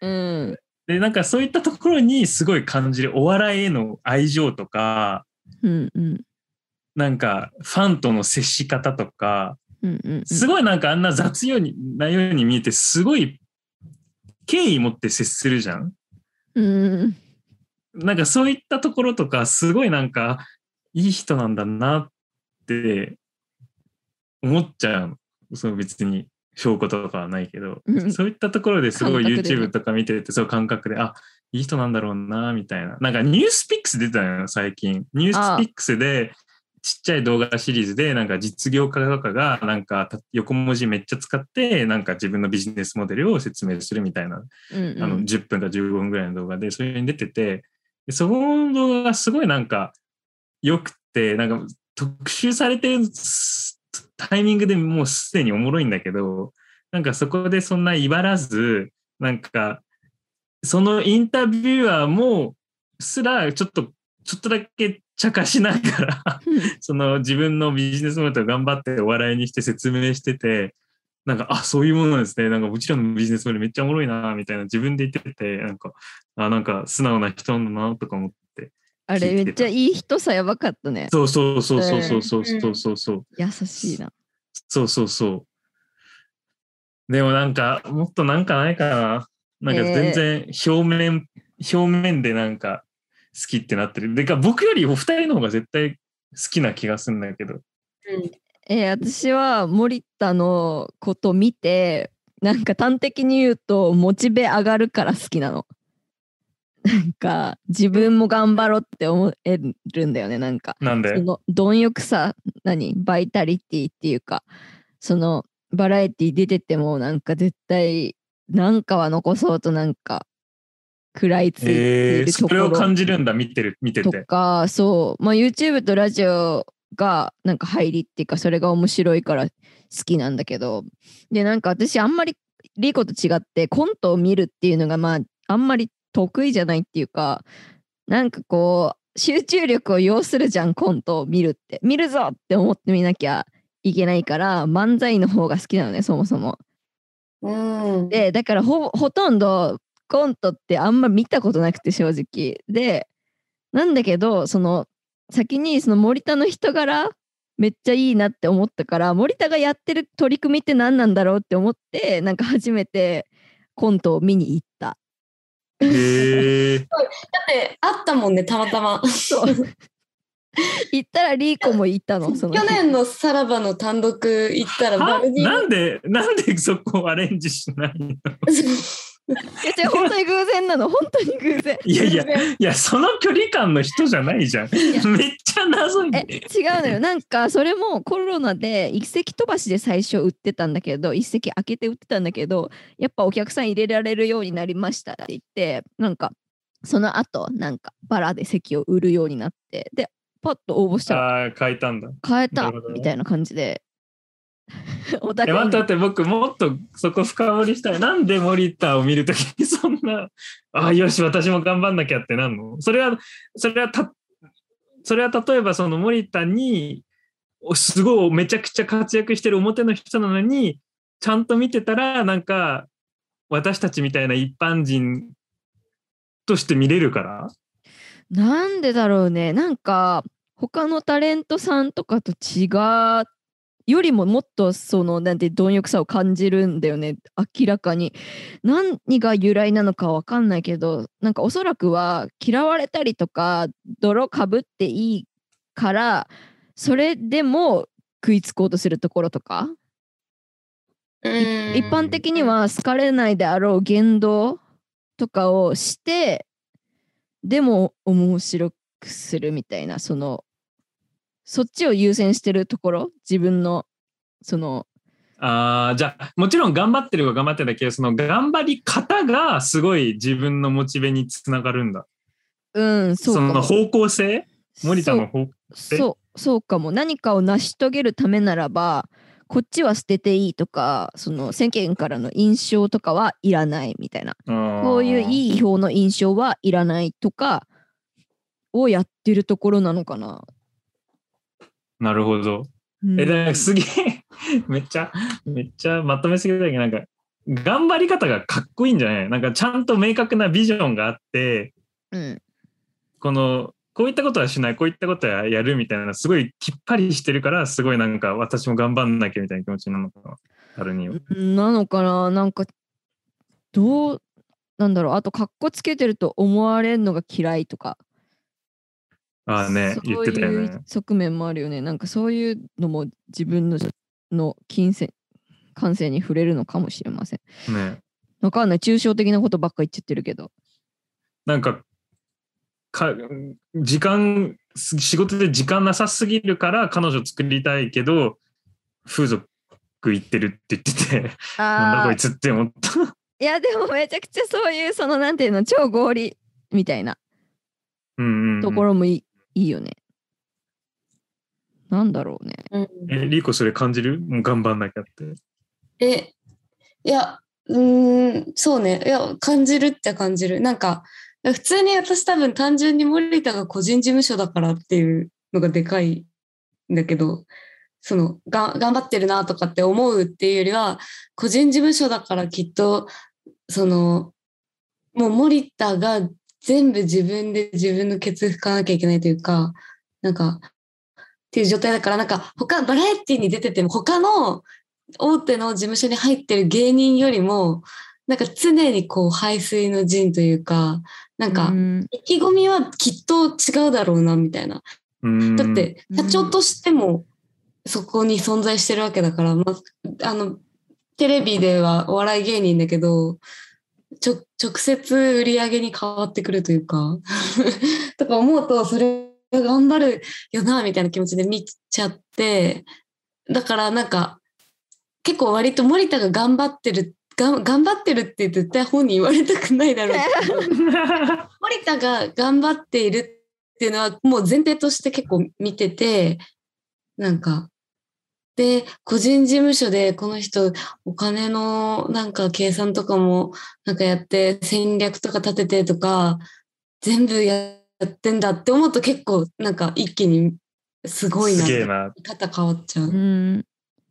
S1: うん
S3: で、なんかそういったところにすごい感じるお笑いへの愛情とか、
S1: うんうん
S3: なんかファンとの接し方とか
S1: うんうん
S3: すごいなんかあんな雑ようになように見えてすごい敬意持って接するじゃん。
S1: うん
S3: なんかそういったところとかすごいなんかいい人なんだなって思っちゃうの。その別に証拠とかはないけど、
S1: うん
S3: そういったところですごい
S1: 感覚でね
S3: YouTube とか見ててそう感覚であいい人なんだろうなみたいななんかニュースピックス出たのよ最近ニュースピックスでちっちゃい動画シリーズでなんか実業家とかがなんか横文字めっちゃ使ってなんか自分のビジネスモデルを説明するみたいな
S1: うん
S3: あの
S1: うん
S3: 10分か15分ぐらいの動画でそれに出ててでその動画がすごいなんか良くてなんか特集されてるすタイミングでもうすでにおもろいんだけどなんかそこでそんな威張らずなんかそのインタビュアーもすらちょっとちょっとだけ茶化しながら [laughs] その自分のビジネスモデルを頑張ってお笑いにして説明してて、なんか、あ、そういうものなんですね。なんか、うちらのビジネスモデルめっちゃおもろいな、みたいな自分で言ってて、なんか、あ、なんか素直な人なんだな、とか思って。
S1: あれめっちゃいい人さやばかったね
S3: そうそうそうそうそうそうそうそうそう。
S1: 優しいな
S3: そうそうそう。でもなんか、もっとなんかないかな。なんか全然表面、表面でなんか好きってなってる。でか、僕よりお二人の方が絶対好きな気がするんだけど。
S1: えー私は森田のこと見てなんか端的に言うとモチベ上がるから好きなの。なんか自分も頑張ろうって思えるんだよねなんか
S3: なん
S1: そ
S3: で。
S1: の貪欲さ何バイタリティっていうかそのバラエティ出ててもなんか絶対なんかは残そうとなんか食らいついてい
S3: えー、
S1: ると
S3: そ
S1: こ
S3: れ
S1: ろ
S3: を感じるんだ、見てる、見て
S1: と
S3: て。
S1: かそう、まあ、YouTube とラジオがなんか入りっていうかそれが面白いから好きなんだけどでなんか私あんまりリコと違ってコントを見るっていうのがまああんまり得意じゃないっていうかなんかこう集中力を要するじゃんコントを見るって見るぞって思ってみなきゃいけないから漫才の方が好きなのねそもそも。
S2: うん。
S1: でだからほぼほとんどコントってあんま見たことなくて正直でなんだけどその先にその森田の人柄めっちゃいいなって思ったから森田がやってる取り組みって何なんだろうって思ってなんか初めてコントを見に行った
S3: へえー、
S2: だって、あったもんね、たまたま。
S1: そう
S2: [laughs]
S1: 行ったらリーコも行ったのそ
S2: 去
S1: の日
S2: 年のさらばの単独行ったら、バ
S3: は
S2: ルディ [laughs]
S3: なんで、なんでそこをアレンジしないの
S1: いや違う本当に偶然なの本当に偶然
S3: いやいや、いや、その距離感の人じゃないじゃん。めっちゃ謎い。
S1: [laughs] え違うのよなんかそれもコロナで一席飛ばしで最初売ってたんだけど一席開けて売ってたんだけどやっぱお客さん入れられるようになりましたって言ってなんかその後なんかバラで席を売るようになってでパッと応募したら
S3: ああ、変えたんだ。
S1: 変えた
S3: なるほどね
S1: みたいな感じで [laughs] お互
S3: え、
S1: い
S3: 待って待って、僕もっとそこ深掘りしたい。なんで森田を見るときに [laughs] そんな、ああ、よし、私も頑張んなきゃってなんのそれは、それはた、それは例えばその森田に、おすごいめちゃくちゃ活躍してる表の人なのに、ちゃんと見てたら、なんか、私たちみたいな一般人として見れるから
S1: なんでだろうねなんか他のタレントさんとかと違よりももっとそのなんて貪欲さを感じるんだよね明らかに何が由来なのかわかんないけどなんかおそらくは嫌われたりとか泥かぶっていいからそれでも食いつこうとするところとか
S2: うん
S1: 一般的には好かれないであろう言動とかをしてでも面白くするみたいなそのそっちを優先してるところ自分のその
S3: あーじゃあもちろん頑張ってるは頑張ってたけどその頑張り方がすごい自分のモチベにつながるんだ
S1: うんそ
S3: そ
S1: うかも
S3: の方向性森田の
S1: そ
S3: 方
S1: うそうそうかも何かを成し遂げるためならばこっちは捨てていいとかその世間からの印象とかはいらないみたいなこ
S3: こ
S1: ういういい表の印象はいらないとかをやってるところなのかな。
S3: なるほど
S1: うん
S3: えなんかすげえ [laughs] めっちゃめっちゃまとめすぎだけどなんか頑張り方がかっこいいんじゃないなんかちゃんと明確なビジョンがあって
S1: うん
S3: このこういったことはしないこういったことはやるみたいなすごいきっぱりしてるからすごいなんか私も頑張んなきゃみたいな気持ちなのかなあるには
S1: なのかななんかどうなんだろうあとかっこつけてると思われるのが嫌いとか
S3: ああね
S1: そう
S3: 言ってたよ
S1: い
S3: ね
S1: う側面もあるよねなんかそういうのも自分のの金銭感性に触れるのかもしれません
S3: ね
S1: わかんない抽象的なことばっか言っちゃってるけど
S3: なんかか時間す仕事で時間なさすぎるから彼女作りたいけど風俗行ってるって言っててなんだこいつって思った
S1: いやでもめちゃくちゃそういうそのなんていうの超合理みたいな
S3: うんうん
S1: とこ
S3: ろ
S1: ろもいい,、いいよねなんだろうね
S2: うん
S3: えリーコそれ感じるもう頑張んなきゃって
S2: え、いや、うーん、そうね。いや、感じるって感じる。なんか、普通に私多分単純に森田が個人事務所だからっていうのがでかいんだけど、その、が、頑張ってるなとかって思うっていうよりは、個人事務所だからきっと、その、もう森田が全部自分で自分のケツ拭かなきゃいけないというか、なんか、っていう状態だから、なんか、他、バラエティに出てても、他の大手の事務所に入ってる芸人よりも、なんか常にこう、排水の陣というか、なんか、
S1: うん
S2: 意気込みはきっと違うだろうなみたいな。
S3: うん
S2: だ
S3: [laughs]
S2: って
S1: うん
S2: 社長としてもそこに存在してるわけだから、まあ、あのテレビではお笑い芸人だけどちょ直接売り上げに変わってくるというか [laughs] とか思うとそれ頑張るよなみたいな気持ちで見ちゃってだからなんか結構割と森田が頑張ってるがん頑張ってるって絶対本人言われたくないだろうけど森田が頑張っているっていうのはもう前提として結構見ててなんかで個人事務所でこの人お金のなんか計算とかもなんかやって戦略とか立ててとか全部やってんだって思うと結構なんか一気にすごいな
S3: すげえな
S2: 見方変わっちゃう。
S1: うん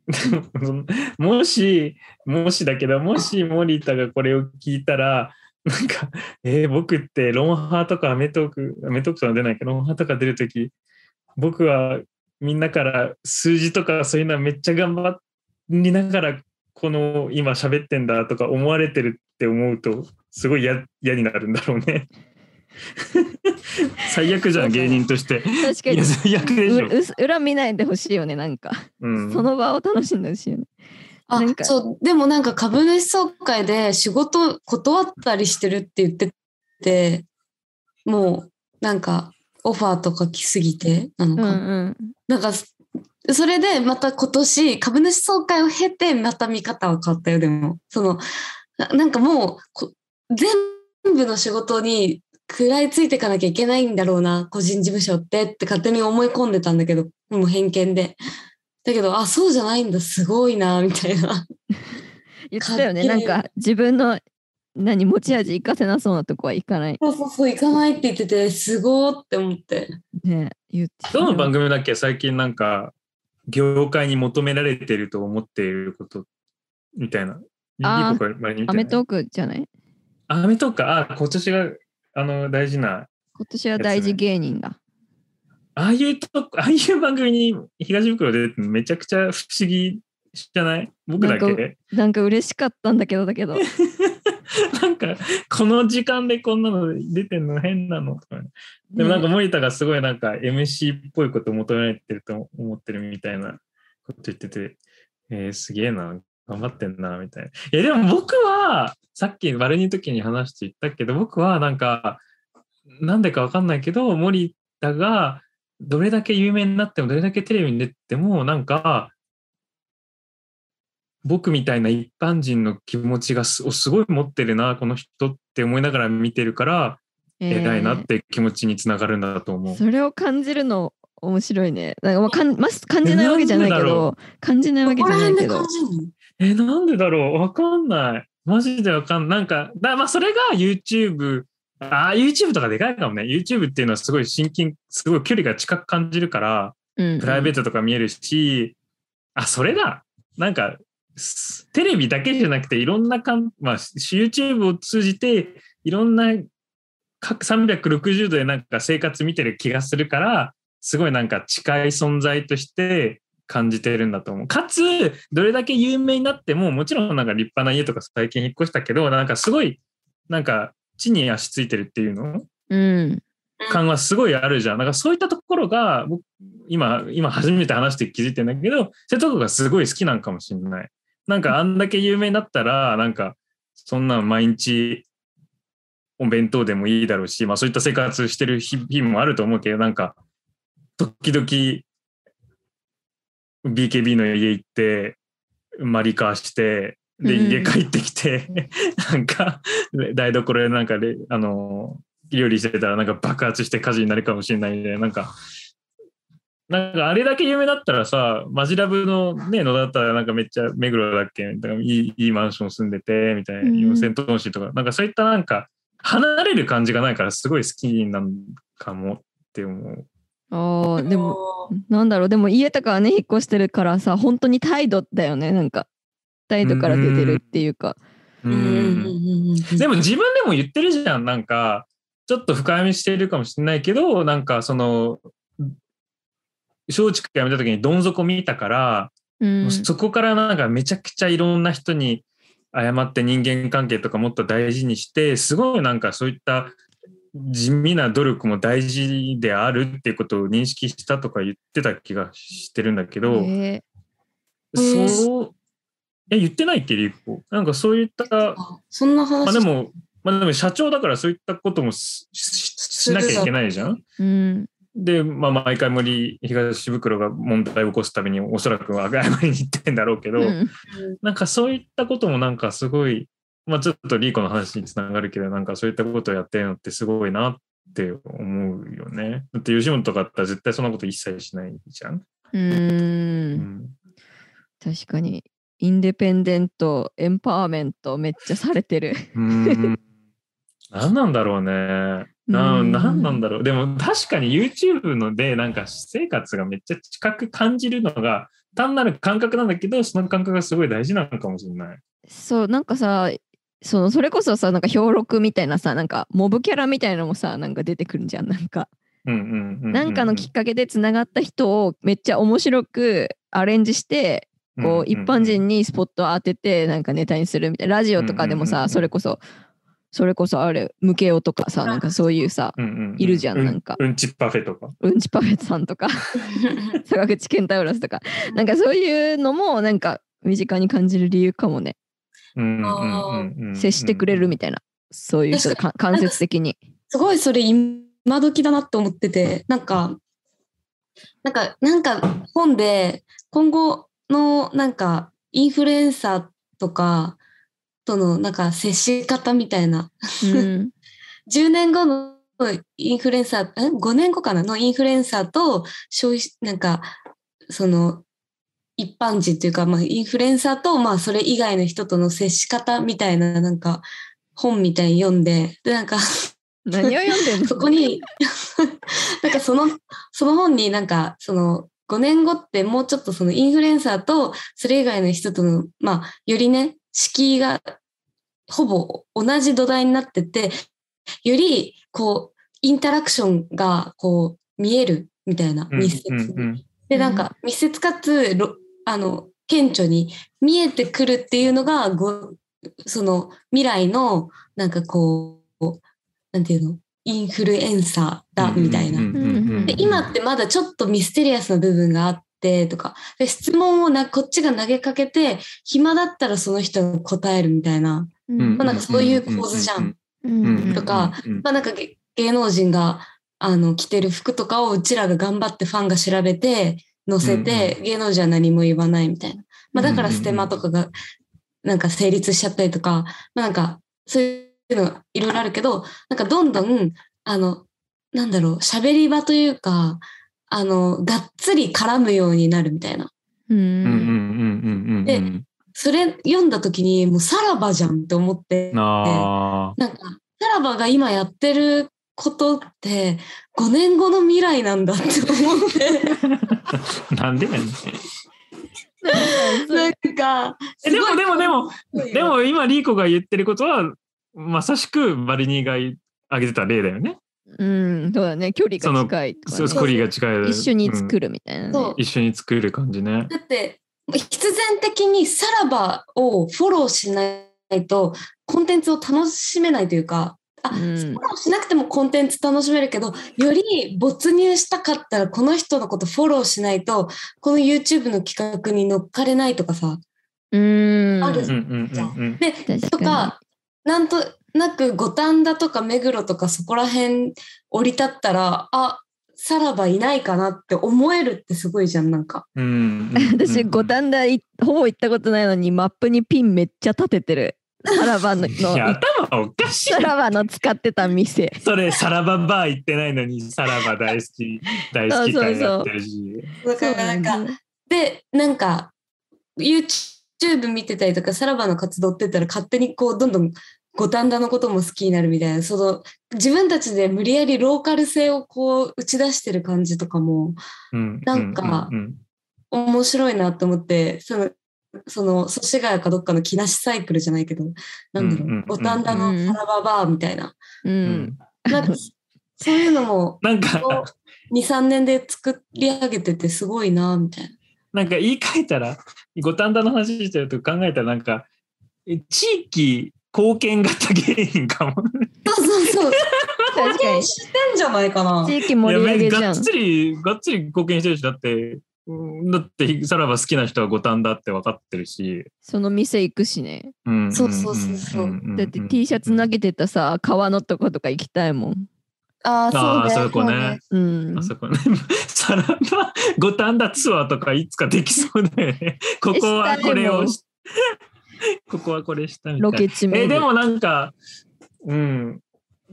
S3: [laughs] もし、もしだけど、もし森田がこれを聞いたら、なんか、えー僕ってロンハーとかアメトーク、アメトークとは出ないけど、ロンハーとか出るとき、僕はみんなから数字とかそういうのはめっちゃ頑張りながら、この今喋ってんだとか思われてるって思うと、すごい嫌嫌になるんだろう
S1: [laughs]
S3: ね。最悪じゃん、芸人
S1: [laughs]
S3: として。
S1: 確か
S3: い
S1: に
S3: や、最悪でしょ
S1: う。うす裏見ないでほしいよねなんか、
S3: うん
S1: その場を楽しんでほしいよね
S2: あ
S1: なんか
S2: そうでもなんか株主総会で仕事断ったりしてるって言っててもうなんかオファーとか来すぎてなの
S1: う
S2: か、
S1: んうん
S2: なんかそそれでまた今年株主総会を経てまた見方は変わったよでもそのななんかもうこ全部の仕事に食らいついていかなきゃいけないんだろうな個人事務所ってって勝手に思い込んでたんだけどもう偏見でだけどあそうじゃないんだすごいなみたいな。
S1: 言ってたよね
S2: か
S1: な
S2: っ
S1: ん
S2: けー
S1: か自分の何持ち味活かせなそうなとこはいかない
S2: そうそうそう、行かないって言ってて、すごーって思って。
S1: ね言って
S3: どの番組だっけ最近なんか業界に求められてると思っていることみたいな。
S1: あー
S3: いいとこ前に見
S1: ア
S3: て
S1: メ
S3: ない
S1: トークじゃない
S3: アメトークか。あ、今年があの大事な。
S1: 今年は大事芸人が
S3: ああいうとこ、ああいう番組に東袋出てるのめちゃくちゃ不思議じゃない僕だけ
S1: なんなんか嬉しかったんだけどだけど
S3: [laughs] なんか、この時間でこんなの出てんの変なのとかね、 [laughs] でもなんか森田がすごいなんか MC っぽいこと求められてると思ってるみたいなこと言ってて、えーすげえな、頑張ってんな、みたいな。いや、でも僕は、さっきバルニーの時に話して言ったけど、僕はなんか、なんでかわかんないけど、森田がどれだけ有名になっても、どれだけテレビに出ても、なんか、僕みたいな一般人の気持ちがすおすごい持ってるなこの人って思いながら見てるから、偉いなって気持ちにつながるんだと
S1: え
S3: 思
S1: ー
S3: う。
S1: それを感じるの面白いねなんか、まあ、かんまあ感じないわけじゃないけ
S3: なんでだ
S1: ど感じないわけ
S2: こ
S1: じ
S2: こ
S1: ゃ
S2: ら
S1: ないけ
S2: 辺で
S1: ど
S2: 感じるの
S3: えーなんでだろうわかんない。マジでわかんない。なんか、だまあそれが YouTube、あー YouTube とかでかいかもね。YouTube っていうのはすごい親近、すごい距離が近く感じるから、
S1: うん
S3: プライベートとか見えるし、あ、それだなんか、すテレビだけじゃなくて、いろんなかん、まあ、し YouTube を通じて、いろんな、各360度でなんか生活見てる気がするから、すごいなんか近い存在として感じてるんだと思う。かつ、どれだけ有名になっても、もちろんなんか立派な家とか最近引っ越したけど、なんかすごい、なんか地に足ついてるっていうの
S1: うん
S3: 感はすごいあるじゃん。だからそういったところが、僕今、今初めて話して気づいてんだけど、そういうとこがすごい好きなんかもしれない。なんかあんだけ有名になったら、なんかそんなん毎日お弁当でもいいだろうし、まあそういった生活してる日日もあると思うけど、なんか時々 BKB の家行って、マリカーして、で、
S1: うん
S3: 家帰ってきて、 [laughs] なんか台所でなんかで、あの、料理してたらなんか爆発して火事になるかもしれないんで、なんか、なんかあれだけ有名だったらさ、マジラブのね、野田だったらなんかめっちゃ目黒だっけみたいないい、いいマンション住んでて、みたいな、
S1: うん
S3: 4000トン市とか、なんかそういったなんか、離れる感じがないからすごい好きなんかもって思う。
S1: あーでも
S2: も、
S1: なんだろうでも家とかはね引っ越してるからさ本当に態度だよねなんか態度から出てるっていうか
S2: うんうんうんうん
S3: でも自分でも言ってるじゃん、なんか、ちょっと深読みしてるかもしれないけど、なんかその、松竹辞めた時にどん底見たから、
S1: うん
S3: そこからなんかめちゃくちゃいろんな人に謝って人間関係とかもっと大事にして、すごいなんかそういった地味な努力も大事であるっていうことを認識したとか言ってた気がしてるんだけど、
S1: え
S2: ー
S3: そう、え、言ってないっけ、リコ。なんかそういった
S2: あそんな話
S3: まあでも、まあでも社長だからそういったこともしししなきゃいけないじゃん。
S1: ーうん
S3: で、まあ毎回森東袋が問題を起こすたびにおそらくは謝りに行ってんだろうけど、
S1: うん
S3: なんかそういったこともなんかすごい、まあちょっとリーコの話につながるけど、なんかそういったことをやってるのってすごいなって思うよね。だって吉本とかだったら絶対そんなこと一切しないじゃん。
S1: うー
S3: うんん
S1: 確かにインデペンデントエンパワーメントめっちゃされてる
S3: うーん [laughs] 何なんだろうね。な
S1: うん
S3: 何なんだろう。でも確かに YouTube ので、なんか私生活がめっちゃ近く感じるのが、単なる感覚なんだけど、その感覚がすごい大事なのかもしれない。
S1: [laughs] そうなんかさそのそれこそさなんか表録みたいなさなんかモブキャラみたいなのもさなんか出てくるんじゃんなんか
S3: うんうんうんうん、うん。
S1: なんかのきっかけでつながった人をめっちゃ面白くアレンジしてこう一般人にスポットを当ててなんかネタにするみたいなラジオとかでも
S3: うんうんう
S1: さ
S3: んうん
S1: それこそそれこそあれムケオとかさなんかそういうさ
S3: うんうんう
S1: いるじゃんなんか
S3: うんちパフェとか。
S1: うんちパフェさんとか坂口健太郎とかなんかそういうのもなんか身近に感じる理由かもね
S3: うんうんうんうんうん
S1: 接してくれるみたいなそういう人でか間接的に
S2: [laughs] すごいそれ今時だなと思ってて、なんか、なんか、なんか本で今後のなんかインフルエンサーとかとのなんか接し方みたいな、
S1: うん
S2: 10年後のインフルエンサー、ん ?5 年後かなのインフルエンサーと消費、なんか、その、一般人というか、まあ、インフルエンサーと、まあ、それ以外の人との接し方みたいな、なんか、本みたいに読んで、で、なんか、
S1: 何を読んでんの
S2: [laughs] そこに、なんかその、その本になんか、その、5年後ってもうちょっとそのインフルエンサーとそれ以外の人との、まあ、よりね、敷居がほぼ同じ土台になってて、よりこう、インタラクションがこう、見えるみたいな、
S3: うん
S2: 密接
S3: う
S2: に。
S3: んうん
S2: で、なんか密接かつ、ろあの、顕著に見えてくるっていうのが、ごその未来の、なんかこう、なんていうの、インフルエンサーだ、みたいな。
S3: うんうんうんうん
S2: で今ってまだちょっとミステリアスな部分があってとかで質問をなこっちが投げかけて暇だったらその人が答えるみたいな、
S1: うん
S3: うん
S2: まあなんかそういう構図じゃん
S1: うん
S3: うん
S2: とか
S3: うん
S2: まあ、なんかげ芸能人があの着てる服とかをうちらが頑張ってファンが調べて載せて、芸能人は何も言わないみたいな、まあ、だからステマとかがなんか成立しちゃったりとか、まあ、なんかそういうのいろいろあるけどなんかどんどんあのなんだろう喋り場というかあのがっつり絡むようになるみたいな
S1: う
S3: うんうん
S1: ん
S3: うんうんうん
S2: でそれ読んだ時にもうさらばじゃんって思って
S3: あ
S2: なんか、さらばが今やってることって、5年後の未来なんだって思
S3: [laughs]
S2: って、
S3: ーなんでやねん
S2: なんか、
S3: えでもでもでも
S2: も
S3: で、も今リーコが言ってることはまさしくバリニーが挙げてた例だよね。
S1: うん、そうだね、距離が近いとか
S3: そ
S1: ね
S3: う距離が近い。
S1: 一緒に作
S3: る、
S1: るみたいなね。
S2: そう
S3: 一緒に作る感じね。
S2: だって、必然的にさらばをフォローしないと、コンテンツを楽しめないというか、あ、
S1: うん
S2: フォローしなくてもコンテンツ楽しめるけど、より没入したかったら、この人のことフォローしないと、この YouTube の企画に乗っかれないとかさ、
S1: うん。
S2: ある
S3: うんうんうん
S2: で
S1: かに
S2: とかなんとなく五反田とか目黒とかそこら辺降り立ったらあさらばいないかなって思えるってすごいじゃんなんか
S3: うんうん。
S1: 私、五反田いほぼ行ったことないのに、マップにピンめっちゃ立ててる。さらばの、
S3: いや
S1: の
S3: 頭おかしい
S1: さらばの使ってた店。
S3: それさらばバー行ってないのにさらば大好き大好き会やってるし
S2: だからなんかでなんか YouTube 見てたりとかさらばの活動ってったら勝手にこうどんどん五反田のことも好きになるみたいなその自分たちで無理やりローカル性をこう打ち出してる感じとかも
S3: うん
S2: なんか
S3: うんうん
S2: 面白いなと思ってそのその祖師ヶ谷かどっかの木梨サイクルじゃないけどなんだろ
S3: うんうんうん
S2: う五反田の
S1: うん
S2: サラババーみたいな,、
S1: う。
S3: うんん
S2: なんかそういうのも
S3: [laughs] なんか
S2: 23年で作り上げててすごいなみたいな。
S3: なんか言い換えたら五反田の話してると考えたらなんかえ地域貢献型芸人かも。
S2: そうそうそう
S1: 確かに。
S2: してんじゃないかな。
S1: 地域盛り上げじ
S3: いや
S1: ゃ
S3: が
S1: ん
S3: っ。つり、がっつり貢献してるし、だって、うんだって、さらば好きな人は五反田って分かってるし。
S1: その店行くしね。
S3: うん
S2: そうそうそうそうん
S3: んん
S1: だって T シャツ投げてたさ、川のとことか行きたいもん。
S2: あ
S3: ああ、そこね。。
S1: うん
S3: あ。そこね。 [laughs] さらば、五反田ツアーとかいつかできそうだよ
S1: [laughs]
S3: ね。ここはこれをし、 [laughs] ここはこれしたみた
S1: ロ
S3: いな。
S1: ケ地
S3: え、
S1: 巡り
S3: でもなんか、うん、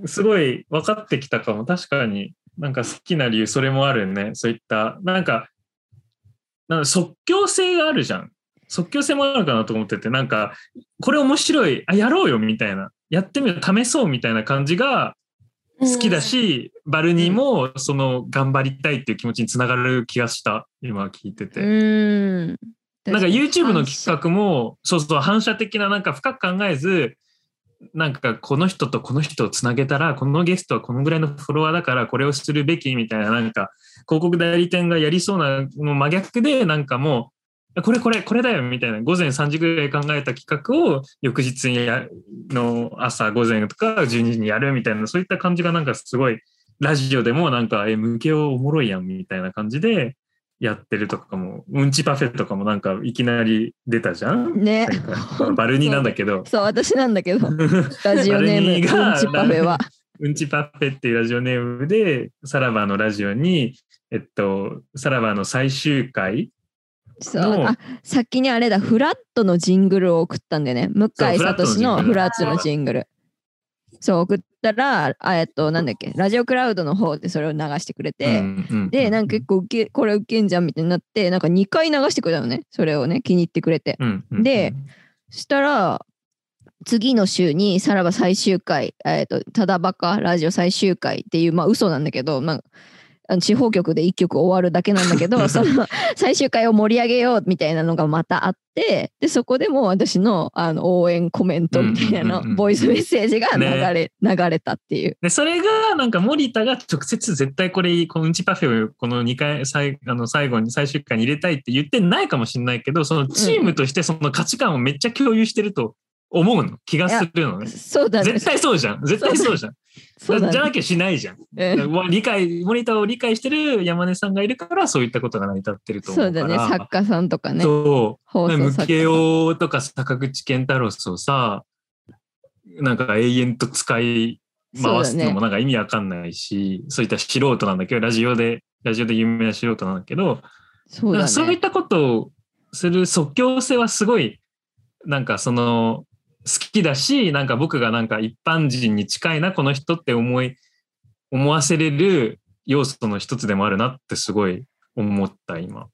S3: すごい分かってきたかも。確かに、なんか好きな理由、それもあるね。そういった、なんか、なんか即興性があるじゃん。即興性もあるかなと思ってて、なんか、これ面白い、あ、やろうよみたいな、やってみよう、試そうみたいな感じが好きだし、バルニーもその頑張りたいっていう気持ちにつながる気がした、今聞いてて。
S1: うん。
S3: なんか YouTube の企
S1: 画。
S3: 画も、そうそう、反射的な、なんか深く考えず、なんかこの人とこの人をつなげたら、このゲストはこのぐらいのフォロワーだから、これをするべきみたいな、なんか広告代理店がやりそうなもう真逆で、なんかもう、これこれこれだよみたいな、午前3時ぐらい考えた企画を翌日にやの朝午前とか12時にやるみたいな、そういった感じがなんかすごい、ラジオでもなんか、え、向けをおもろいやんみたいな感じで、やってるとかも、うんちパフェとかもなんかいきなり出たじゃん。
S1: ね。
S3: バルニーなんだけど、
S1: そう、私なんだけど。
S3: う
S1: ラジオネーム、
S3: バルニーが
S1: うんちパフェは。
S3: んちパフェ [laughs] っていうラジオネームで、さらばのラジオに、えっと、さらばの最終回
S1: そう
S3: の
S1: あ、先にあれだ、フラットのジングルを送ったんだよね。向井聡の
S3: そう
S1: フ
S3: フ
S1: ラ
S3: ラ
S1: ットのジングル。そう、送ったら、あえっと、なんだっけ、ラジオクラウドの方でそれを流してくれて、で、なんか結構受け、これ受けんじゃんみたいになって、なんか2回流してくれたのね、それをね、気に入ってくれて。で、そしたら、次の週にさらば最終回、えっとただバカラジオ最終回っていう、まあ嘘なんだけど、まあ、あの地方局で1曲終わるだけなんだけ
S3: [laughs]
S1: どその最終回を盛り上げようみたいなのがまたあってでそこでもう私のあの応援コメントみたいな
S3: うんうんうんうん
S1: のボイスメッセージが流れ,、
S3: ね
S1: 流れたっていう。
S3: で、それが、なんか森田が直接絶対これ、このうんちパフェをこの2回、最あの最後に、最終回に入れたいって言ってないかもしれないけど、そのチームとしてその価値観をめっちゃ共有してると思うの、気がするのね。
S1: そうだね。
S3: 絶対そうじゃん。絶対そうじゃん。
S1: そうだ
S3: じゃ
S1: ね
S3: なきゃしないじゃん。
S1: うん
S3: わ理解、モニターを理解してる山根さんがいるから、そういったことが成り立ってると思
S1: そううだ
S3: から。
S1: ね。作家さんとかね。
S3: そう。
S1: 放送
S3: ム
S1: 作
S3: ケ
S1: 家さん。
S3: オとか坂口健太郎をさなんか永遠と使い回すのもなんか意味わかんないしそう,、いった素人なんだけどラジオでラジオで有名な素人なんだけど
S1: そう
S3: なん
S1: だ
S3: かそういっ
S1: ね。
S3: たことをする即興性はすごいなんかその好きだしなんか僕がなんか一般人に近いなこの人って思い思わせれる要素の一つでもあるなってすごい思った今。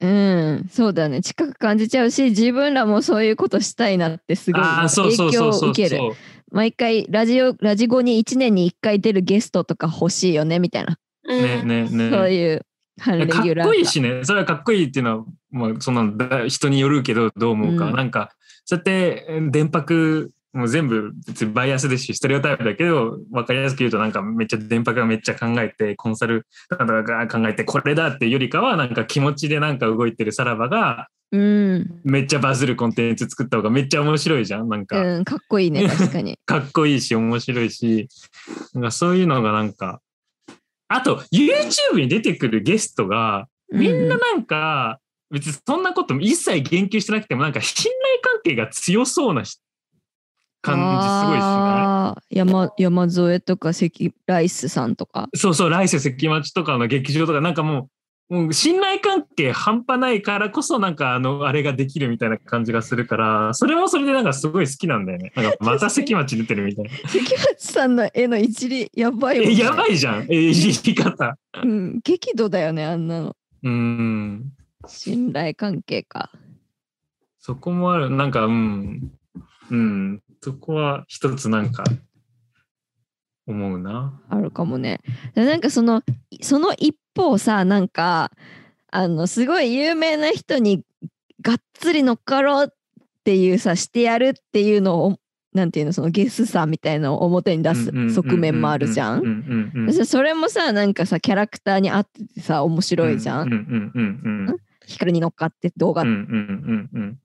S1: うん。そうだね。近く感じちゃうし、自分らもそういうことしたいなってすごい
S3: ああーそう
S1: 影
S3: そうそ
S1: 響
S3: う
S1: を
S3: そう
S1: 受ける。
S3: そう
S1: 毎回ラジオ、ラジゴに1年に1回出るゲストとか欲しいよねみたいな。
S3: ねねね。
S1: そういう反レギ
S3: か
S1: ュ
S3: っ
S1: ラー
S3: こいいしね、それはかっこいいっていうのは、まあ、そのだ人によるけど、どう思うか、
S1: うん
S3: なんか、そうやって、えー電波もう全部、別にバイアスですし、ステレオタイプだけど、分かりやすく言うと、なんか、めっちゃ電波がめっちゃ考えて、コンサルなんとかが考えて、これだっていうよりかは、なんか気持ちでなんか動いてるさらばが、
S1: うん、
S3: めっちゃバズるコンテンツ作った方がめっちゃ面白いじゃん、なんか。
S1: うん、かっこいいね確かに
S3: かっこいいし、面白いし、なんかそういうのがなんか、あと、YouTube に出てくるゲストが、 [laughs] みんななんか、別にそんなことも一切言及してなくても、なんか信頼関係が強そうなし感じすごいしない
S1: ですね山山添とか関ライスさんと
S3: [laughs]
S1: か
S3: いそうそう、来世関町とかの劇場とか、なんかもう、もう信頼関係半端ないからこそなんかあのあれができるみたいな感じがするからそれもそれでなんかすごい好きなんだよねなんかまた関町出てるみたい [laughs] な
S1: 関町さんの絵の一理やばいもん
S3: え
S1: ね、
S3: やばいじゃんえいじり方
S1: うん、激怒だよねあんなの
S3: うん
S1: 信頼関係か
S3: そこもある、なんか、うん、うん、そこは一つなんか、思うな。
S1: あるかもねでなんかそのその一方さなんかあのすごい有名な人にがっつり乗っかろうっていうさしてやるっていうのをなんていうのそのゲスさみたいなのを表に出す
S3: うんうん
S1: 側面もあるじゃ
S3: うん
S1: ん。
S3: うんうんうん。
S1: そそれもさなんかさキャラクターに合っててさ面白いじゃ。
S3: うんんうんうん
S1: 光に乗っかって動画
S3: うん。うんう
S1: 撮
S3: んうんうん。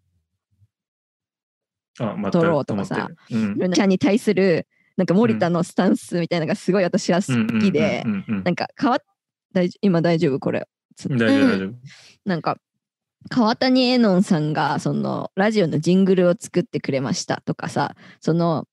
S3: あ、また
S1: ドローとかさ
S3: 止まってる。
S1: るちゃんに対するなんか森田のスタンスみたいなのがすごい私は
S3: うん
S1: 好きで
S3: うんうんうんうん
S1: なんか変わっ大丈今大丈夫これ。つ
S3: 大丈夫大丈夫。
S1: なんか川谷絵音さんがそのラジオのジングルを作ってくれましたとかさその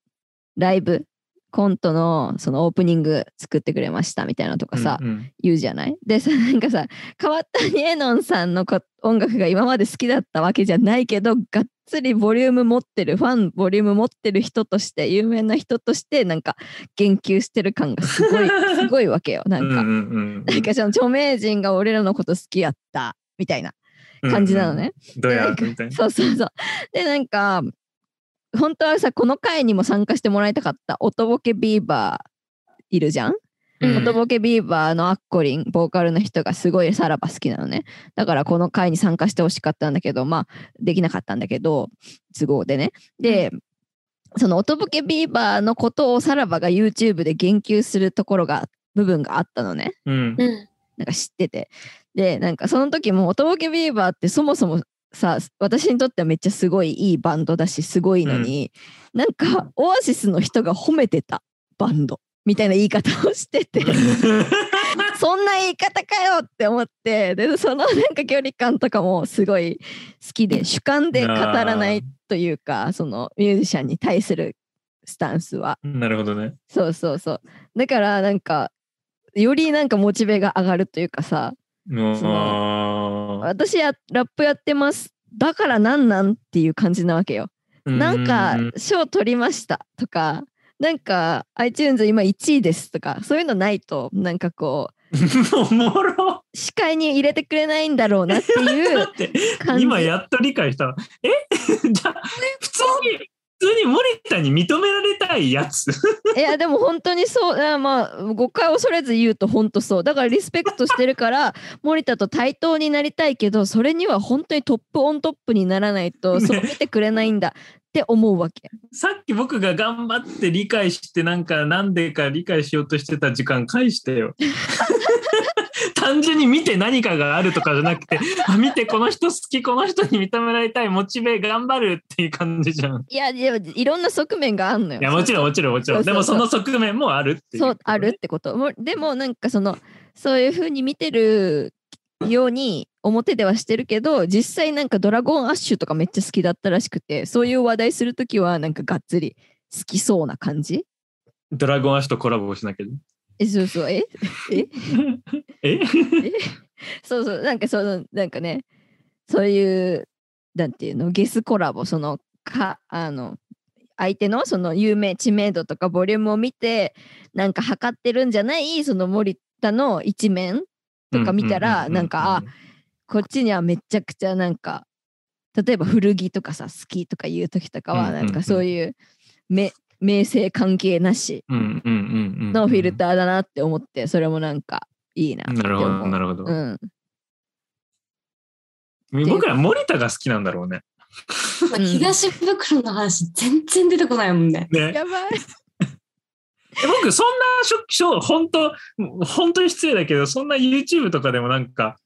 S1: ライブコントのそのオープニング作ってくれましたみたいなのとかさ、
S3: うんうん
S1: 言うじゃないでさなんかさ川谷絵音さんのこ音楽が今まで好きだったわけじゃないけどがっつりボリューム持ってるファンボリューム持ってる人として有名な人としてなんか言及してる感がすごい
S3: [laughs]
S1: すごいわけよなんか、
S3: うんうん
S1: なんかその著名人が俺らのこと好きやったみたいな
S3: うん
S1: 感じなのね。。
S3: どうや
S1: で
S3: みたいな。
S1: そうそうそう。でなんか本当はさこの回にも参加してもらいたかった音ボケビーバーいるじゃん、
S3: うん
S1: 音ボケビーバーのアッコリンボーカルの人がすごいさらば好きなのねだからこの回に参加してほしかったんだけどまあできなかったんだけど都合でねでその音ボケビーバーのことをさらばが YouTube で言及するところが部分があったのね
S3: う
S2: [laughs] うん
S3: ん
S1: なんか知ってて。で、なんかその時も、音ボケビーバーってそもそもさ、私にとってはめっちゃすごいいいバンドだし、すごいのに、なんかオアシスの人が褒めてたバンドみたいな言い方をして [laughs] て、そんな言い方かよって思って、で、そのなんか距離感とかもすごい好きで、主観で語らないというか、そのミュージシャンに対するスタンスは。
S3: なるほどね。
S1: そうそうそう。だからなんか、よりなんかモチベが上がるというかさ、そ
S3: もう
S1: 私やラップやってますだからなんなんっていう感じなわけよ。なんか
S3: うん
S1: 賞取りましたとかなんか iTunes 今1位ですとかそういうのないとなんかこ
S3: おもろ
S1: う視界に入れてくれないんだろうなってい
S3: だ
S1: う
S3: って
S1: 感じ。
S3: 今やっと理解したわ [laughs] えじゃあ普通に普通に森田に認められたいやつ [laughs]
S1: いやでも本当にそういやまあ誤解を恐れず言うと本当そうだからリスペクトしてるから森田と対等になりたいけどそれには本当にトップオントップにならないと
S3: ね
S1: そう見てくれないんだって思うわけ、
S3: さっき僕が頑張って理解してなんかなんでか理解しようとしてた時間返してよ。 [laughs] 単純に見て何かがあるとかじゃなくてあ見てこの人好きこの人に認められたいモチベ頑張るっていう感じじゃん。
S1: いやでもいろんな側面があるのよ
S3: いやもちろんもちろんもちろんでもその側面もあるっていう
S1: そうあるってこともうでもなんかそのそういう風に見てるように表ではしてるけど実際なんかドラゴンアッシュとかめっちゃ好きだったらしくてそういう話題するときはなんかがっつり好きそうな感じ
S3: ドラゴンアッシュとコラボしなきゃね。
S1: えそうそうえ
S3: え
S1: そうそうなんかそのなんかねそういうなんていうのゲスコラボそのかあの相手のその有名知名度とかボリュームを見てなんか測ってるんじゃないその森田の一面とか見たらなんかあこっちにはめちゃくちゃなんか例えば古着とかさ好きとかいう時とか
S3: う
S1: は
S3: んうん
S1: な
S3: うん
S1: んかそういうめ名声関係なし
S3: うんうんうんうん
S1: のフィルターだなって思ってそれもなんかいいなって思
S3: な
S1: う
S3: るほどなるほ
S1: う
S3: ど。
S1: ん、
S3: 僕ら森田が好きなんだろうね。
S2: まあ東袋の話全然出てこないもんね。
S3: ね
S1: やばい
S3: え僕そんなしょしょ本当本当に失礼だけどそんな YouTube とかでもなんか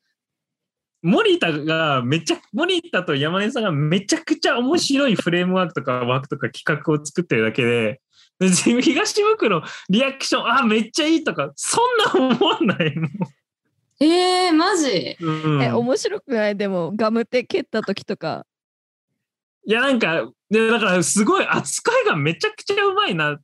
S3: 森田がめちゃ森田と山根さんがめちゃくちゃ面白いフレームワークとかワークとか企画を作ってるだけで別に東袋リアクションあめっちゃいいとかそんな思わないもん、
S2: えー、マジ
S3: うん
S1: え面白くないでもガム手蹴った時とか
S3: いやなんかでだからすごい扱いがめちゃくちゃうまいな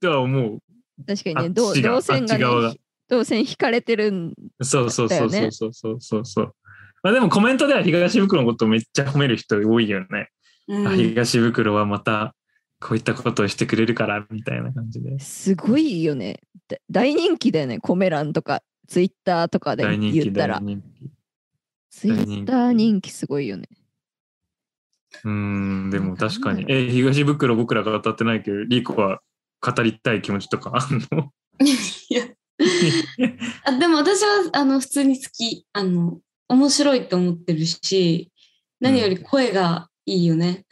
S3: とは思う
S1: 確かに
S3: あ
S1: ね
S3: っ
S1: どう
S3: ちが
S1: 動線が,、
S3: あっち側が
S1: ね、動線引かれてるん
S3: そうそうそう
S1: だ
S3: そ
S1: よね
S3: うそうそうそうそう。まあでもコメントでは東袋のことをめっちゃ褒める人多いよね。
S2: うん
S3: あ東袋はまたこういったことをしてくれるからみたいな感じで。
S1: すごいよねだ大人気だよねコメ欄とかツイッターとかで
S3: 大
S1: 言
S3: 人気
S1: ったら
S3: 大人気。
S1: ツイッター人気すごいよね
S3: うーん、でも確かに。え、東袋僕らが語ってないけど、リーコは語りたい気持ちとかあんの [laughs]
S2: いやあでも私はあの普通に好きあの面白いと思ってるし何より声がいいよね、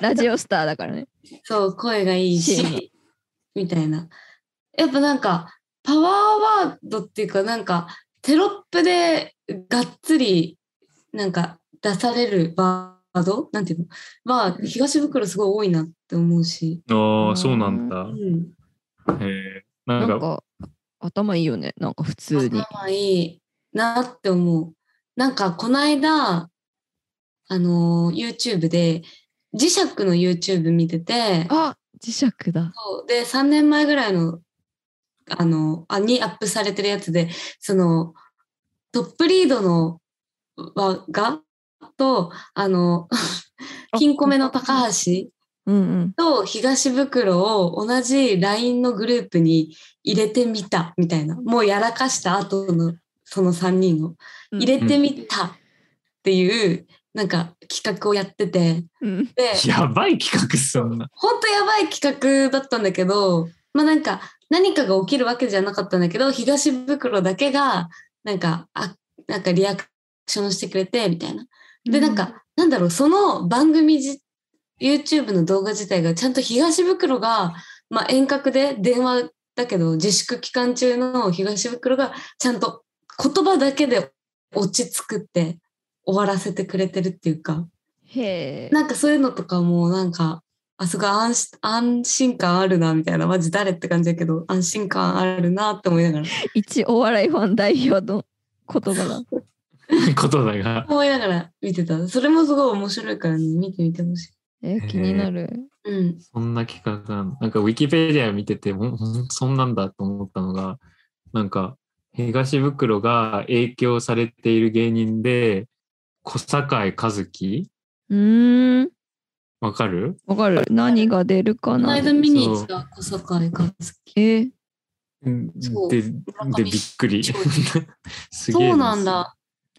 S1: ラジオスターだからね
S2: そう声がいいしみたいなやっぱなんかパワーワードっていうかなんかテロップでがっつりなんか出されるワードなんていうのは東袋すごい多いなって思うし、
S3: ああ、そうなんだ
S2: う。ん、
S3: へえ
S1: な
S3: なん
S1: ん
S3: か、
S1: か頭いいよねなんか普通に
S2: 頭いいなって思う。なんかこの間、あのー YouTube で磁石の YouTube 見てて、
S1: あ磁石だ
S2: そうで3年前ぐらいのあのあにアップされてるやつでそのトップリードのわがとあの金庫目の高橋
S1: うんうん
S2: と東袋を同じ LINE のグループに入れてみたみたいなもうやらかした後のその3人を
S1: うん
S2: 入れてみたっていうなんか企画をやってて
S1: うん
S2: で
S3: やばい企画そんな。
S2: ほんとやばい企画だったんだけどまあなんか何かが起きるわけじゃなかったんだけど東袋だけがなんかあなんかリアクションしてくれてみたいなでなんか、なんだろうその番組じ YouTube の動画自体がちゃんと東袋が、まあ、遠隔で電話だけど自粛期間中の東袋がちゃんと言葉だけで落ち着くって終わらせてくれてるっていうか
S1: へえ
S2: なんかそういうのとかもなんかあすごい安心安心感あるなみたいなマジ誰って感じだけど安心感あるなって思いながら
S1: 一お笑いファン代表の言葉だ
S3: ことだが。
S2: 思いながら見てたそれもすごい面白いから、ね、見てみてほしい。
S1: え気になる
S2: うん
S3: そんな企画なんなんかウィキペディア見てても、ほんそんなんだと思ったのが、なんか東袋が影響されている芸人で、小堺一樹
S1: うーん
S3: わかる
S1: わかる何が出るか
S2: この
S1: な
S2: 間見に行ってた小坂井和樹。
S1: えー
S2: そう
S3: で、
S2: 上
S3: でびっ
S2: [laughs]
S3: くり。
S2: そう
S3: [laughs] すげえ
S2: そうなん。だ。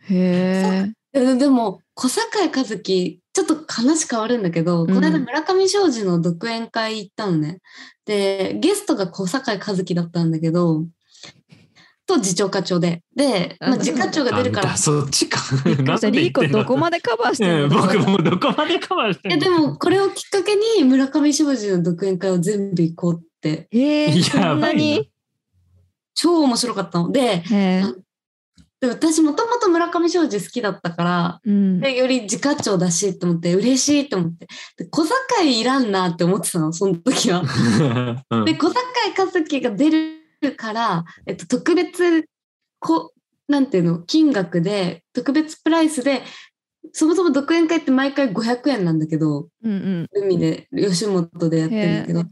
S1: へえ
S2: ででも小坂井和樹ちょっと考話変わるんだけど、この間
S1: うん
S2: 村上昌司の独演会行ったのね。で、ゲストが小坂井和樹だったんだけど、と次長課長で。で、まあ、
S1: あ
S2: 次課長が出るか
S3: あ
S2: ら。
S3: そっちか。
S1: そしてリーコどこまでカバーして
S3: で
S1: るの
S3: 僕もどこまでカバーして
S2: い
S3: んの
S2: や、でもこれをきっかけに村上昌司の独演会を全部行こうって、
S1: えー、そんなに
S2: 超面白かったので、
S1: へー
S2: で私もともと村上昌司好きだったから、
S1: うん、
S2: でより自家長だしって思って嬉しいって思ってで小坂井いらんなって思ってたのその時は。
S3: うん
S2: で小坂井和樹が出るから、えっと、特別こなんていうの金額で特別プライスでそもそも独演会って毎回500円なんだけど
S1: うん
S2: 海で吉本でやってるんだけど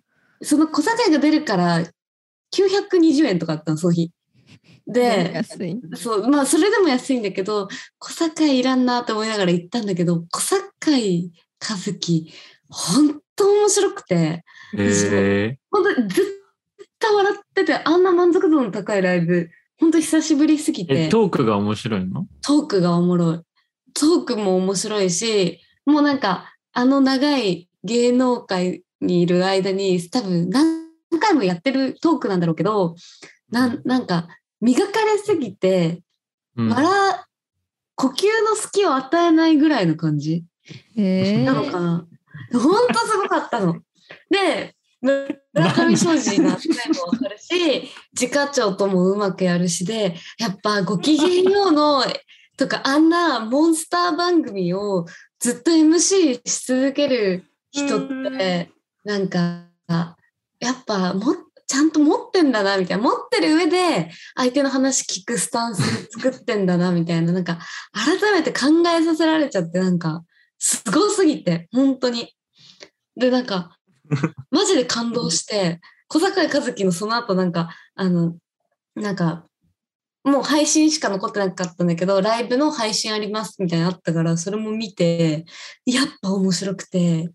S2: その小坂井が出るから920円とかあったのその日。
S1: うん
S2: で
S1: 安い
S2: そう、まあ、それでも安いんだけど、小堺いらんなと思いながら行ったんだけど、小堺和樹、ほんと面白くて、
S3: え
S2: ほんとずっと笑ってて、あんな満足度の高いライブ、ほんと久しぶりすぎ
S3: ーえ
S2: て、ト
S3: トークが面白いの
S2: ークがおもろい。トークも面白いし、もうなんか、あの長い芸能界にいる間に、多分何回もやってるトークなんだろうけど、なんなんか、磨かれすぎて、
S3: うん
S2: 笑う呼吸の隙を与えないぐらいの感じ
S1: へ
S2: なの
S1: ー
S2: かな、ほんとすごかったの。で村上庄司の扱いもわかるし自家長ともうまくやるしでやっぱ「ごきげんようの」とかあんなモンスター番組をずっと MC し続ける人ってなんかやっぱもちゃんと持ってんだなみたいな持ってる上で相手の話聞くスタンス作ってんだなみたいななんか改めて考えさせられちゃってなんかすごすぎて本当にでなんかマジで感動して小坂井和樹のその後なんかあのなんかもう配信しか残ってなかったんだけどライブの配信ありますみたいなのあったからそれも見てやっぱ面白くて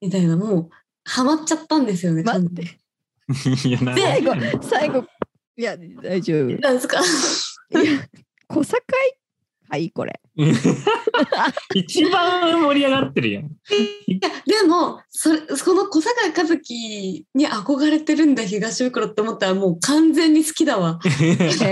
S2: みたいなもうハマっちゃったんですよね
S1: 待っ
S2: 完全に
S1: て
S3: [laughs] いやなんか
S1: 最後最後いや大丈夫い
S2: なんですか [laughs]
S1: や小堺はいこれ
S3: [laughs] 一番盛り上がってるやん。
S2: でもそれその小坂井和樹に憧れてるんだ東袋って思ったらもう完全に好きだわ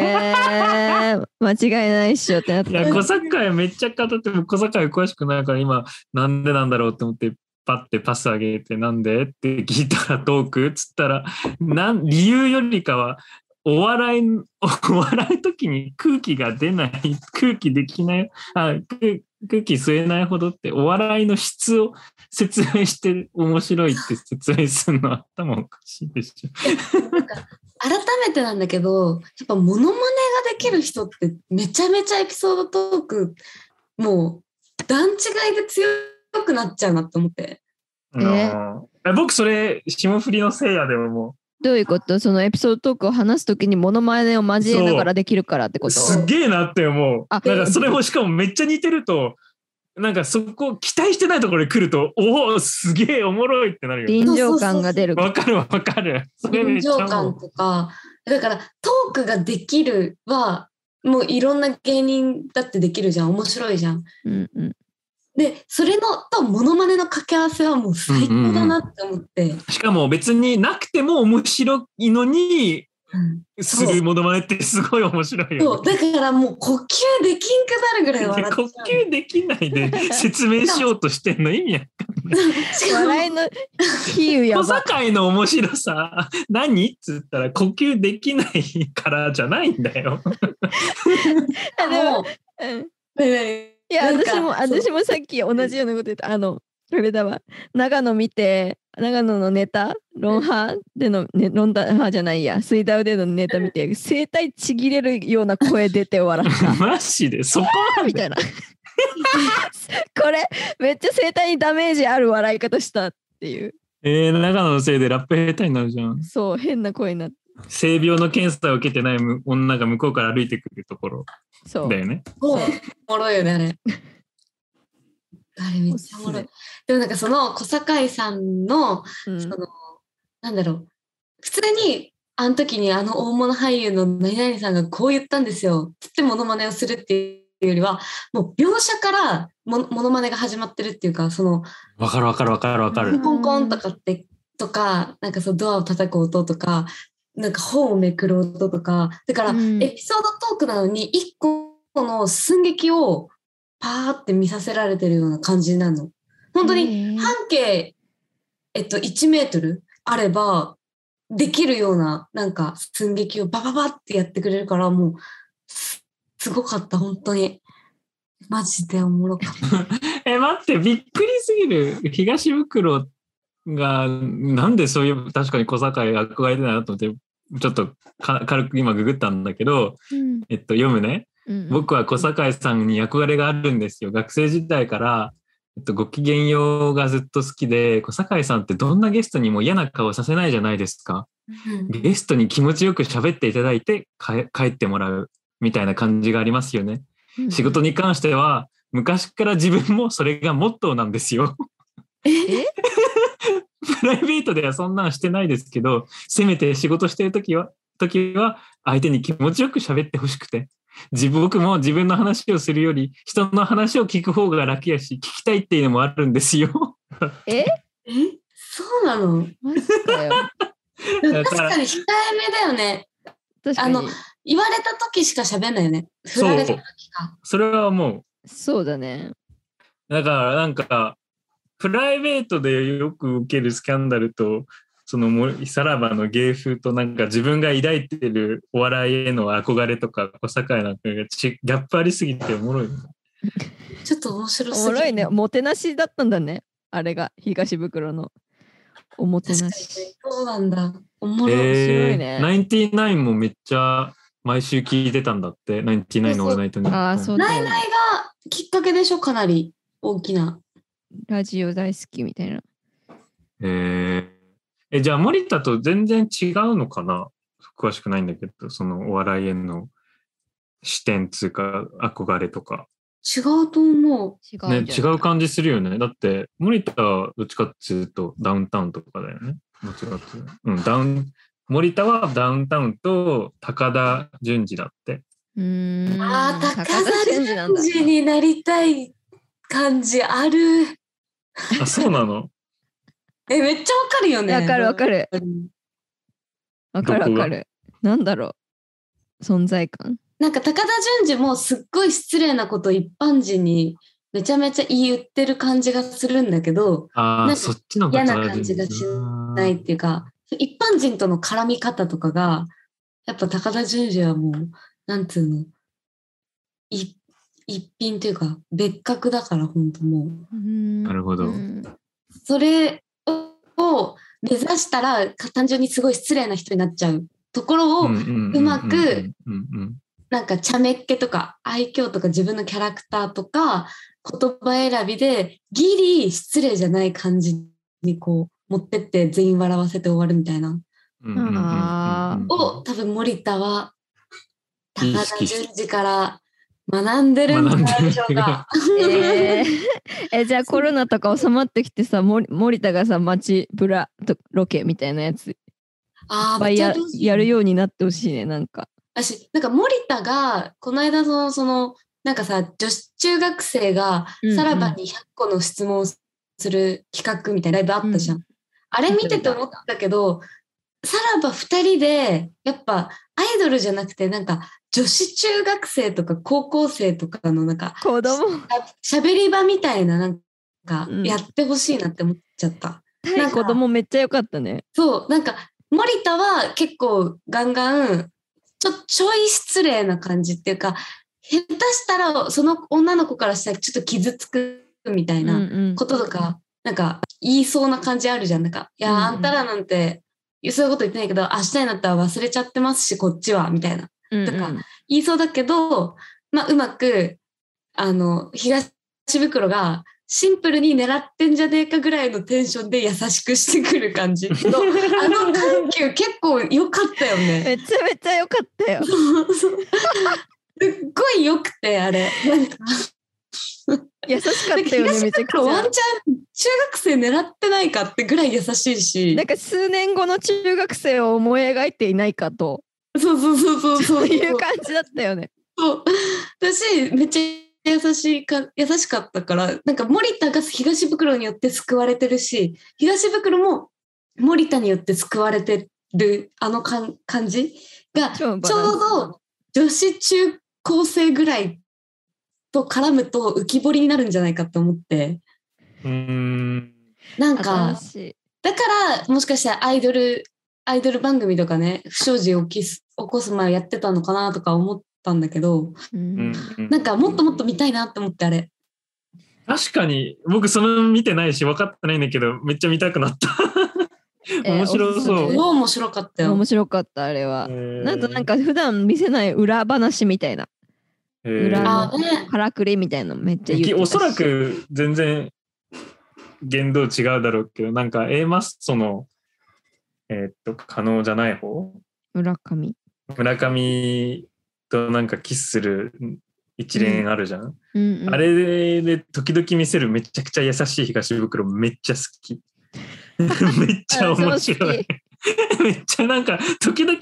S1: へー間違いないっしょってなっ
S3: い
S1: た
S3: や小堺めっちゃ語っても小堺詳しくないから今なんでなんだろうって思ってパッてパス上げてなんでって聞いたらトークっつったらなん理由よりかはお笑い [laughs] お笑い時に空気が出ない空気できないあ空空気吸えないほどってお笑いの質を説明して面白いって説明するの頭おかしいでしょ。
S2: なんか改めてなんだけどやっぱモノマネができる人ってめちゃめちゃエピソードトークもう段違いで強くなっちゃうなと思って
S3: あのえ僕それ霜降りのせいやでももう
S1: どういうことそのエピソードトークを話すときにモノマネを交えながらできるからってこと
S3: すっげえなって思う。
S1: あ
S3: なんかそれもしかもめっちゃ似てると、なんかそこ期待してないところに来ると、おお、すげえおもろいってなるよ。
S1: 臨場感が出る
S3: わかるわかる。それ
S2: 臨
S3: めっちゃ
S2: 場
S3: 思
S2: 感と
S3: う。
S2: かだからトークができるはもういろんな芸人だってできるじゃん面白いじゃん。
S1: うんうん
S2: でそれのとモノマネの掛け合わせはもう最高だなって思って。
S3: しかも別になくても面白いのに、
S2: うん
S3: するものまねってすごい面白い
S2: そ
S3: よ
S2: うだからもう呼吸できんくなるぐら
S3: ね。
S2: い
S3: [laughs] 呼
S2: 笑っちゃう。
S3: 吸できないで説明しようとしてんの意味や。
S2: しかも
S1: 笑いの比喩や
S3: 小
S1: ば
S3: 堺の面白さ、何っつったら呼吸できないからじゃないんだ [laughs] よ。
S1: あでも
S2: もう
S1: うん
S2: ねね
S1: いや
S2: なんか
S1: 私も
S2: そう
S1: 私もさっき同じようなこと言ったあのあれだわ長野見て長野のネタロンハーでの、ね、ロンダハーじゃないやスイダウでのネタ見て声帯ちぎれるような声出て笑った
S2: [laughs]
S3: マジで、そこまで
S1: みたいなこれめっちゃ声帯にダメージある笑い方したっていう
S3: えー、長野のせいでラップ下手になるじゃん。
S1: そう変な声になって
S3: 性病の検査を受けてないむ女が向こうから歩いてくるところ
S1: そう
S3: だよね。
S2: もう、おもろいよね、あれ。あれめっちゃおもろい。でもなんかその小堺さんの、
S1: うん
S2: その、なんだろう。普通に、あの時にあの大物俳優の何々さんがこう言ったんですよ。つってモノマネをするっていうよりは、もう描写からもモノマネが始まってるっていうか、その、
S3: わかるわかるわかるわか
S1: う
S3: る
S1: ん。
S2: コンコンとかって、とか、なんかそのドアを叩く音とか、なんか本をめくる音とか、だから、
S1: うん
S2: エピソードトークなのに、一個の寸劇をパーって見させられてるような感じなの。本当に
S1: に
S2: 半径、えっと、1メートルあれば、できるような、なんか寸劇をバババってやってくれるから、もう、すすごかった、本当に。マジでおもろかった。
S3: [laughs] え、待って、びっくりすぎる。東袋が、なんでそういう、確かに小坂井憧れてないなと思って、ちょっとか軽く今ググったんだけど、
S1: うん
S3: えっと、読むね。
S1: うん
S3: 僕は小坂井さんに憧れがあるんですよ。学生時代から、えっと、ご機嫌ようがずっと好きで、小坂井さんってどんなゲストにも嫌な顔させないじゃないですか。ゲストに気持ちよく喋っていただいてか帰ってもらうみたいな感じがありますよね。
S1: うん
S3: 仕事に関しては昔から自分もそれがモットーなんですよ。
S1: え
S3: [laughs] プライベートではそんなんしてないですけど、せめて仕事してるときは、時は相手に気持ちよく喋ってほしくて。自分僕も自分の話をするより人の話を聞く方が楽やし聞きたいっていうのもあるんですよ。 [laughs]
S1: え
S2: えそうなの
S1: マジか
S2: [laughs]
S1: よ。
S2: でも
S3: だか
S2: 確
S3: ら
S2: かに控えめだよね。
S1: 確かに
S2: あの言われた時しか喋んないよね。振
S3: そ
S2: ら
S3: う
S2: れた時か。
S3: それはもう
S1: そうだね。
S3: だからなんかプライベートでよく受けるスキャンダルとそのもさらばの芸風となんか自分が抱いてるお笑いへの憧れとか小堺なんかがちギャップありすぎておもろい。
S2: ちょっと面白
S1: お
S2: すぎ
S1: も
S2: る
S1: ろいね。もてなしだったんだね。あれが東袋のおもて
S2: 確
S1: な
S2: かに
S1: し。
S2: そうなんだ。おもろい。
S1: 白いね
S3: えーナインティナインもめっちゃ毎週聞いてたんだって、ナインティナインのオールナイトに。
S1: ああ、そうだ
S2: ナイ
S1: よ、
S2: ナ
S1: ね。
S2: イがきっかけでしょ、かなり大きな。
S1: ラジオ大好きみたいな。
S3: えーえ、じゃあ森田と全然違うのかな詳しくないんだけど、そのお笑いへの視点つうか憧れとか。
S2: 違うと思う。
S1: 違
S3: ね、
S1: うんじゃ
S3: 違
S1: ないう
S3: 感じするよね。だって、森田はどっちかっていうとダウンタウンとかだよね。どっちかっていうと。うん、ダウン、森田はダウンタウンと高田純次だって。
S1: うーん。
S2: ああ、高田
S1: 純次なんだ
S2: 純。次になりたい感じある。
S3: あ、そうなの
S2: え、めっちゃわかるよね。
S1: わかるわかる。
S2: る。
S1: わかるわかる。なんだろう。存在感。
S2: なんか高田純次もすっごい失礼なこと一般人にめちゃめちゃ言ってる感じがするんだけど、
S3: あ
S2: な
S3: あ、
S2: んか
S3: そっちの方
S2: 嫌な感じがしないっていうか、一般人との絡み方とかが、やっぱ高田純次はもう、なんつうの、い一品というか、別格だから、本当もう。
S1: な
S3: なるほど
S2: それを目指したら、単純にすごい失礼な人になっちゃうところを、うまく
S3: うんうん
S2: なんか、茶目っ気とか、愛嬌とか、自分のキャラクターとか、言葉選びで、ギリ失礼じゃない感じにこう、持ってって全員笑わせて終わるみたいな。
S3: うんうんうんうんうん
S1: あー
S2: を多分森田は
S3: 意
S2: 高田
S3: 識
S2: 純次から学んでるんじゃないでしょ
S1: [laughs]
S2: うか。
S1: えーえじゃあコロナとか収まってきてさ森森田がさ街ブラとロケみたいなやついっ
S2: ああ、
S1: ぱいや
S2: めっちゃ楽しい
S1: やるようになってほしいねなんか。
S2: 私なんか森田がこの間そのそのなんかさ女子中学生が
S1: うんうん
S2: さらばに100個の質問をする企画みたいなライブあったじゃん。
S1: う
S2: あれ見てて思ったけどさらば2人でやっぱアイドルじゃなくてなんか女子中学生とか高校生とかのなんか
S1: 子供
S2: しゃべり場みたいななんか
S1: うん
S2: やってほしいなって思っちゃった。
S1: 対子供めっちゃ良かったね。
S2: そうなんか森田は結構ガンガンちょちょい失礼な感じっていうか下手したらその女の子からしたらちょっと傷つくみたい
S1: うん
S2: な
S1: うん
S2: こととか、なんか言いそうな感じあるじゃんなんか「いやー
S1: うんうん
S2: あんたらなんてそういうこと言ってないけど明日になったら忘れちゃってますしこっちは」みたいな。
S1: うん
S2: とか
S1: うん
S2: 言いそうだけど、まあ、うまくあの東袋がシンプルに狙ってんじゃねえかぐらいのテンションで優しくしてくる
S1: [laughs]
S2: 感じのあの緩急結構良かったよね。
S1: [laughs] めちゃめちゃ良かったよ。
S2: そうそうすっごい良くてあれなんか
S1: [laughs] 優しかったよねめちゃくち
S2: 袋ワ
S1: ゃ
S2: ン。チャン中学生狙ってないかってぐらい優しいし
S1: なんか数年後の中学生を思い描いていないかと
S2: そうそうそうそうそ
S1: そう [laughs] ういう感じだったよね。
S2: そう私めっちゃ優しいか優しかったからなんか森田が東袋によって救われてるし東袋も森田によって救われてるあのかん感じがち
S1: 超バラ
S2: ょ
S1: ン
S2: う
S1: ス
S2: ど女子中高生ぐらいと絡むと浮き彫りになるんじゃないかと思って
S3: うーん。
S2: なん
S1: 新
S2: か
S1: しい。
S2: だからもしかしたらアイドルアイドル番組とかね不祥事を起きす起こす前やってたのかなとか思ったんだけど
S1: うん
S3: な
S2: なんかもっともっと見たいなって思ってあれ
S3: 確かに僕その見てないし分かってないんだけどめっちゃ見たくなった。
S1: えー
S3: 面白
S1: おすす
S3: そ
S1: め
S3: う
S1: で
S2: うわ面白かったよ
S1: 面白かったあれは。なんとなん
S3: か
S1: か普段見せない裏話みたいな裏の
S2: あね
S1: からくりみたいなのめっちゃ言ってたし
S3: おそらく全然言動違うだろうけどなんか A マッソのえーっと可能じゃない方
S1: 村上。
S3: 村上となんかキスする一連あるじゃん、
S1: うんうん
S3: あれで時々見せるめちゃくちゃ優しい東袋めっちゃ好 [laughs] きめっちゃ面白い。めっちゃなんか時々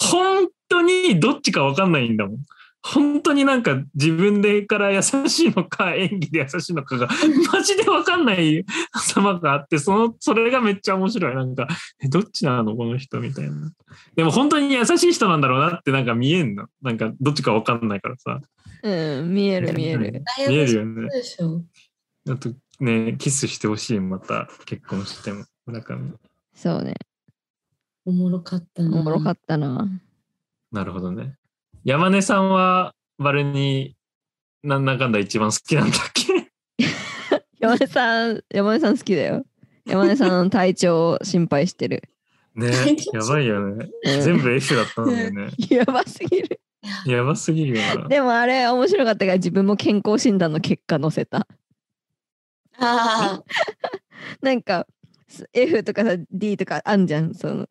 S3: 本当にどっちか分かんないんだもん。本当になんか自分でから優しいのか演技で優しいのかがマジで分かんない様があってそのそれがめっちゃ面白いなんかえどっちなのこの人みたいなでも本当に優しい人なんだろうなってなんか見えんのなんかどっちか分かんないからさ
S1: うん、見える見える。
S3: 見えるよね
S2: そうでしょ
S3: あとねキスしてほしいまた結婚しても村上
S1: そうね。
S2: おもろかった
S1: お
S2: な
S1: もろかったな。
S3: なるほどね。山根さんはバルニーなんだかんだ一番好きなんだっけ
S1: 山根さん、山根さん好きだよ。山根さんの体調を心配して
S3: [laughs]
S1: る。
S3: ねやばいよね。
S1: うん
S3: 全部 F だったんだよね。
S1: やばすぎる。
S3: やばすぎる
S1: [laughs]
S3: よな。
S1: でもあれ面白かったから自分も健康診断の結果載せた。
S2: ああ
S1: なんかす F とかさ D とかあんじゃん。その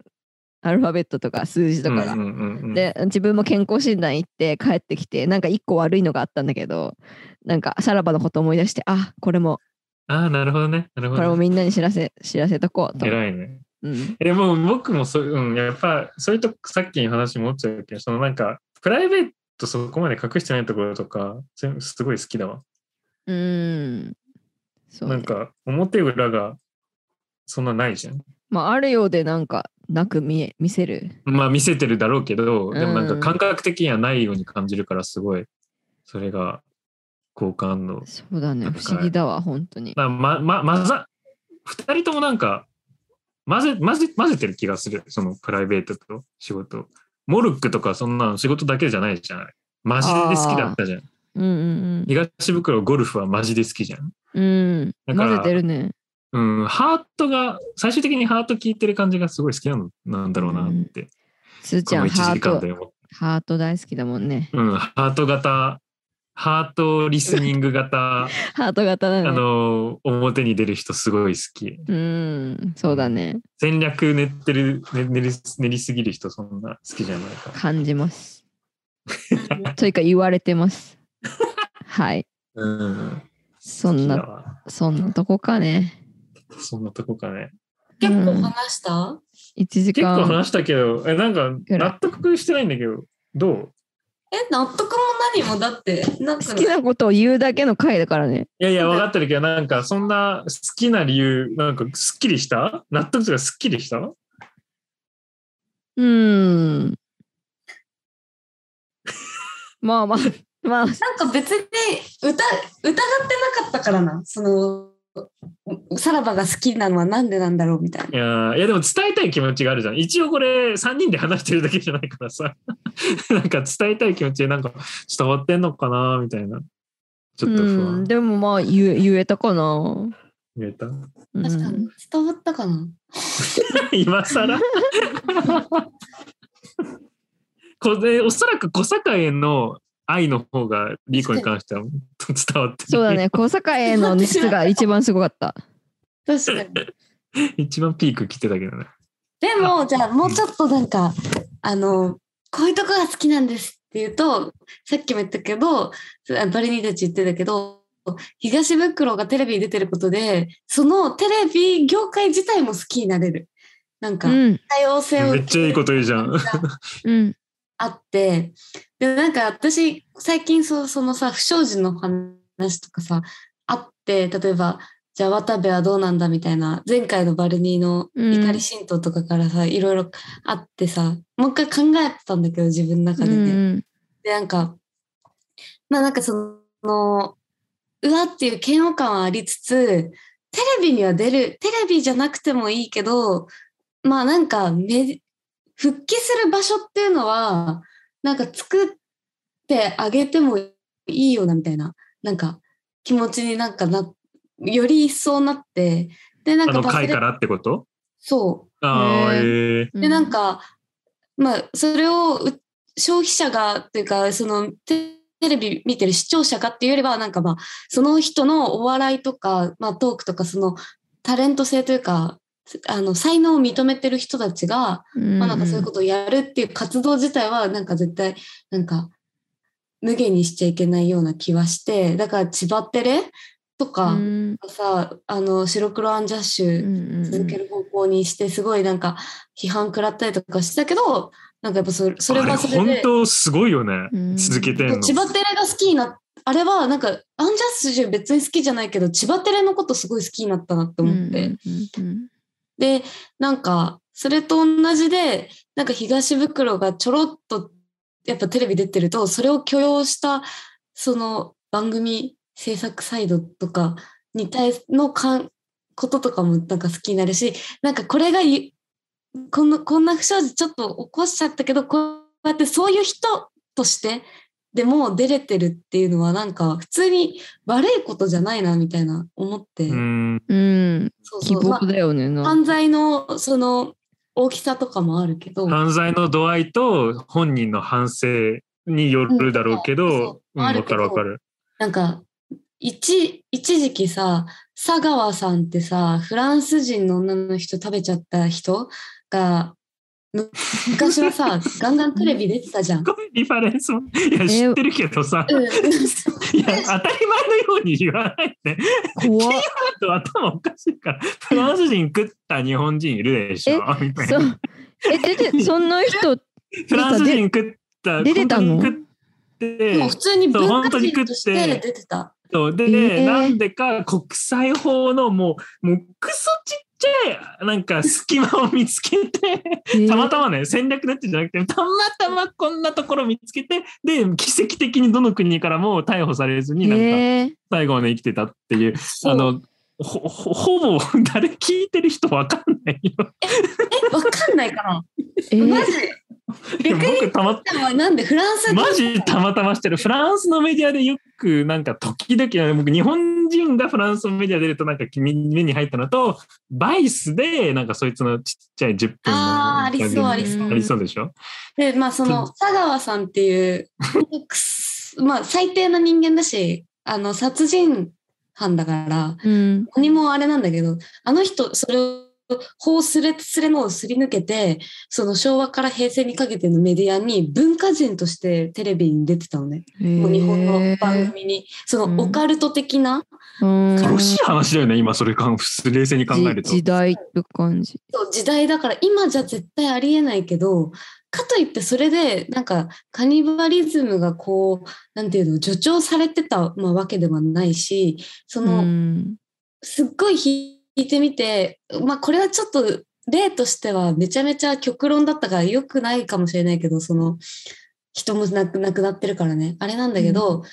S1: アルファベットとか数字とかが。
S3: うんうんうんうん、
S1: で自分も健康診断行って帰ってきてなんか一個悪いのがあったんだけどなんかさらばのこと思い出してあこれも
S3: ああ、なるほどね。なるほ
S1: これも
S3: ど、ね。
S1: みんなに知らせ知らせとこうと思って、
S3: 偉いね。
S1: うん、
S3: え、もう僕もそう、うん、やっぱ、そういうとこさっきの話に戻っちゃうけど、そのなんか、プライベートそこまで隠してないところとか、全部すごい好きだわ。
S1: うーんそうね、
S3: なんか、表裏がそんなないじゃん。
S1: まああるようでなんかなく見え見せる
S3: まあ見せてるだろうけど、でもなん
S1: う
S3: か
S1: ん
S3: 感覚的にはないように感じるからすごい、それが好感度。
S1: そうだね
S3: なんか
S1: 不思議だわ本当に
S3: まあ、ま、ま、まざ、二人ともなんか、混ぜ、混ぜ、混ぜてる気がする。そのプライベートと仕事。モルックとかそんなの仕事だけじゃないじゃない。マジで好きだったじゃん。
S1: うんうん
S3: 東袋ゴルフはマジで好きじゃん。
S1: うんう
S3: だ
S1: ん
S3: か
S1: 混
S3: ら
S1: ぜてるね
S3: うん、ハートが、最終的にハート聞いてる感じがすごい好きなのなんだろうなって、
S1: すーち
S3: こ
S1: ゃ
S3: の
S1: ん
S3: 1
S1: ハー
S3: 時間
S1: ト
S3: で思っ
S1: ハート大好きだもんね
S3: うん、ハート型、ハートリスニング型、
S1: ハート型だ
S3: [laughs] あ
S1: ね
S3: の、表に出る人すごい好き。
S1: うんそうだね
S3: 戦略練ってる、ね練り練りすぎる人そんな好きじゃないから。
S1: 感じますというか言われて
S3: [laughs]
S1: ます。はい。
S3: うん。
S1: そん
S3: 好き
S1: な、
S3: だわ
S1: そんなとこかね。
S3: そんなとこかね。
S2: 結
S1: う
S2: 構
S1: ん
S2: 話した
S1: 1時
S3: 結構
S1: 間。
S3: 話したけど、え、なんか
S1: らい
S3: 納得してないんだけど、どう
S2: え納得も何もだってなんか
S1: 好きなことを言うだけの回だからね。
S3: いやいや、分かってるけど、なんかそんな好きな理由、なんかすっきりした納得とかすっきりした
S1: うー
S3: [laughs]
S1: ん。まあまあ、まあ、
S2: なんか別に疑疑ってなかったからなそのさらばが好きなのはなんでなんだろうみたい
S3: いやーいやでも伝えたい気持ちがあるじゃん。一応これ3人で話してるだけじゃないからさ。 [laughs] なんか伝えたい気持ちなんか伝わってんのかなみたいな。ち
S1: う
S3: ょっと不
S1: ん、
S3: 安。
S1: でもまあ言え言えたかな。
S3: 言えた [laughs]
S1: う
S2: な確か
S1: ん
S2: に、伝わったかな
S3: 今更 [laughs] これおそらく小坂への愛の方がリーコに関しては伝わってる。
S1: そうだね、小坂への熱が一番すごかった。
S2: 確かに
S3: [laughs] 一番ピーク来てたけどね。
S2: でもじゃあもうちょっとなんかあのこういうとこが好きなんですって言うとさっきも言ったけどあバルニーたち言ってたけど東袋がテレビに出てることでそのテレビ業界自体も好きになれるなん
S1: う
S2: か
S1: ん、
S2: 多様性を
S3: めっちゃいいことと言うじゃん。
S1: うん、
S2: あって、で、なんか私、最近そう、そのさ、不祥事の話とかさ、あって、例えば、じゃあ渡部はどうなんだみたいな、前回のバルニーの
S1: うん
S2: 怒り神道とかからさ、いろいろあってさ、もう一回考えてたんだけど、自分の中
S1: う
S2: でね。
S1: ん
S2: で、なんか、まあなんかその、うわっていう嫌悪感はありつつ、テレビには出る、テレビじゃなくてもいいけど、まあなんかめ、復帰する場所っていうのは、なんか作ってあげてもいいよなみたいな、なんか気持ちになんかな、より一層なって、で、なん
S3: あ
S2: か
S3: の
S2: バス
S3: 回
S2: ケ
S3: からってこと
S2: そう、
S3: ああ、
S1: へ
S3: ええ
S1: う
S2: でなんか、まあそれをう消費者がっていうかそのテテレビ見てる視聴者がっていうよりはなんかまあその人のお笑いとか、まあ、トークとかそのタレント性というかあの才能を認めてる人たちが、まあ、なんかそういうことをやるっていう活動自体はなんか絶対なんか無限にしちゃいけないような気はしてだから千葉テレとか
S1: うん
S2: さ、あの白黒アンジャッシュ、
S1: うんうん
S2: 続ける方向にしてすごいなんか批判食らったりとかしてたけどなんかやっぱそれそれ
S3: あれ
S2: はそれ
S3: 本
S2: で
S3: 当すごいよね。
S1: うん
S3: 続けてんの。
S2: 千葉テレが好きになっあれはなんかアンジャッシュ別に好きじゃないけど千葉テレのことすごい好きになったなって思って、
S1: うんうんうん
S2: でなんかそれと同じでなんか東袋がちょろっとやっぱテレビ出てるとそれを許容したその番組制作サイドとかに対すのかんこととかもなんか好きになるしなんかこれがいこんなこんな不祥事ちょっと起こしちゃったけどこうやってそういう人としてでも出れてるっていうのはなんか普通に悪いことじゃないなみたいな思って、
S3: うん。
S1: うん
S2: そう
S1: 希
S2: そうまあ
S1: 望だよねな
S2: 犯罪のその大きさとかもあるけど、
S3: 犯罪の度合いと本人の反省によるだろうけ
S2: うんそう
S3: ど、うん、
S2: あ
S3: わ
S2: るけ
S3: か
S2: ど
S3: るわかる。
S2: なんか一一時期さ佐川さんってさフランス人の女の人食べちゃった人がむ昔はさガンガンテレビ出てたじゃん。
S3: ごめんリファレンスも。いや、知ってるけどさ、
S2: うん
S3: いや、当たり前のように言わないで。
S1: 怖っ
S3: 頭おかしいから、フランス人食った日本人いるでしょみたい
S1: そ
S3: な
S1: うえ出てそんな人
S3: フランス人食った。
S1: 出てたの
S3: 本当に食って
S2: もう普通に
S3: そう
S2: 文
S3: 本
S2: 化
S3: 当に食
S2: 人
S3: って
S2: として出てた。
S3: そうで、
S1: えー
S3: なんでか国際法のもうもうクソちっちゃいなんか隙間を見つけてたまたまね戦略ネットじゃなくてたまたまこんなところ見つけてで奇跡的にどの国からも逮捕されずになんか
S1: えー
S3: 最後まで生きてたっていう、
S2: そう
S3: あのほほほぼ誰聞いてる人わかんないよ。
S2: えわかんないかな。
S1: えー
S2: マジ逆に
S3: 僕たま
S2: でもなんでフランス
S3: マジたまたましてる。フランスのメディアでよく、なんか時々、僕、日本人がフランスのメディア出ると、なんか目に入ったのと、バイスで、なんかそいつのちっちゃい10分の
S2: あーありそうあ
S1: りそう
S3: ありそうでしょ
S2: で、まあ、その、佐川さんっていう、くす [laughs] まあ、最低な人間だし、あの、殺人犯だから、
S1: うん
S2: 何もあれなんだけど、あの人、それを、法すれすれのをすり抜けて、その昭和から平成にかけてのメディアに文化人としてテレビに出てたのね。もう日本の番組に、そのオカルト的な、
S1: うん
S3: 楽しい話だよね、今、それかん、普通冷静に考える
S1: じ
S3: と。
S1: 時代って感じ
S2: そう時代だから今じゃ絶対ありえないけどかといってそれでなんかカニバリズムがこうなんていうの助長されてた、まあ、わけではないしその、
S1: うん
S2: すっごい弾いてみて、まあ、これはちょっと例としてはめちゃめちゃ極論だったから良くないかもしれないけどその人も亡く亡くなってるからねあれなんだけど、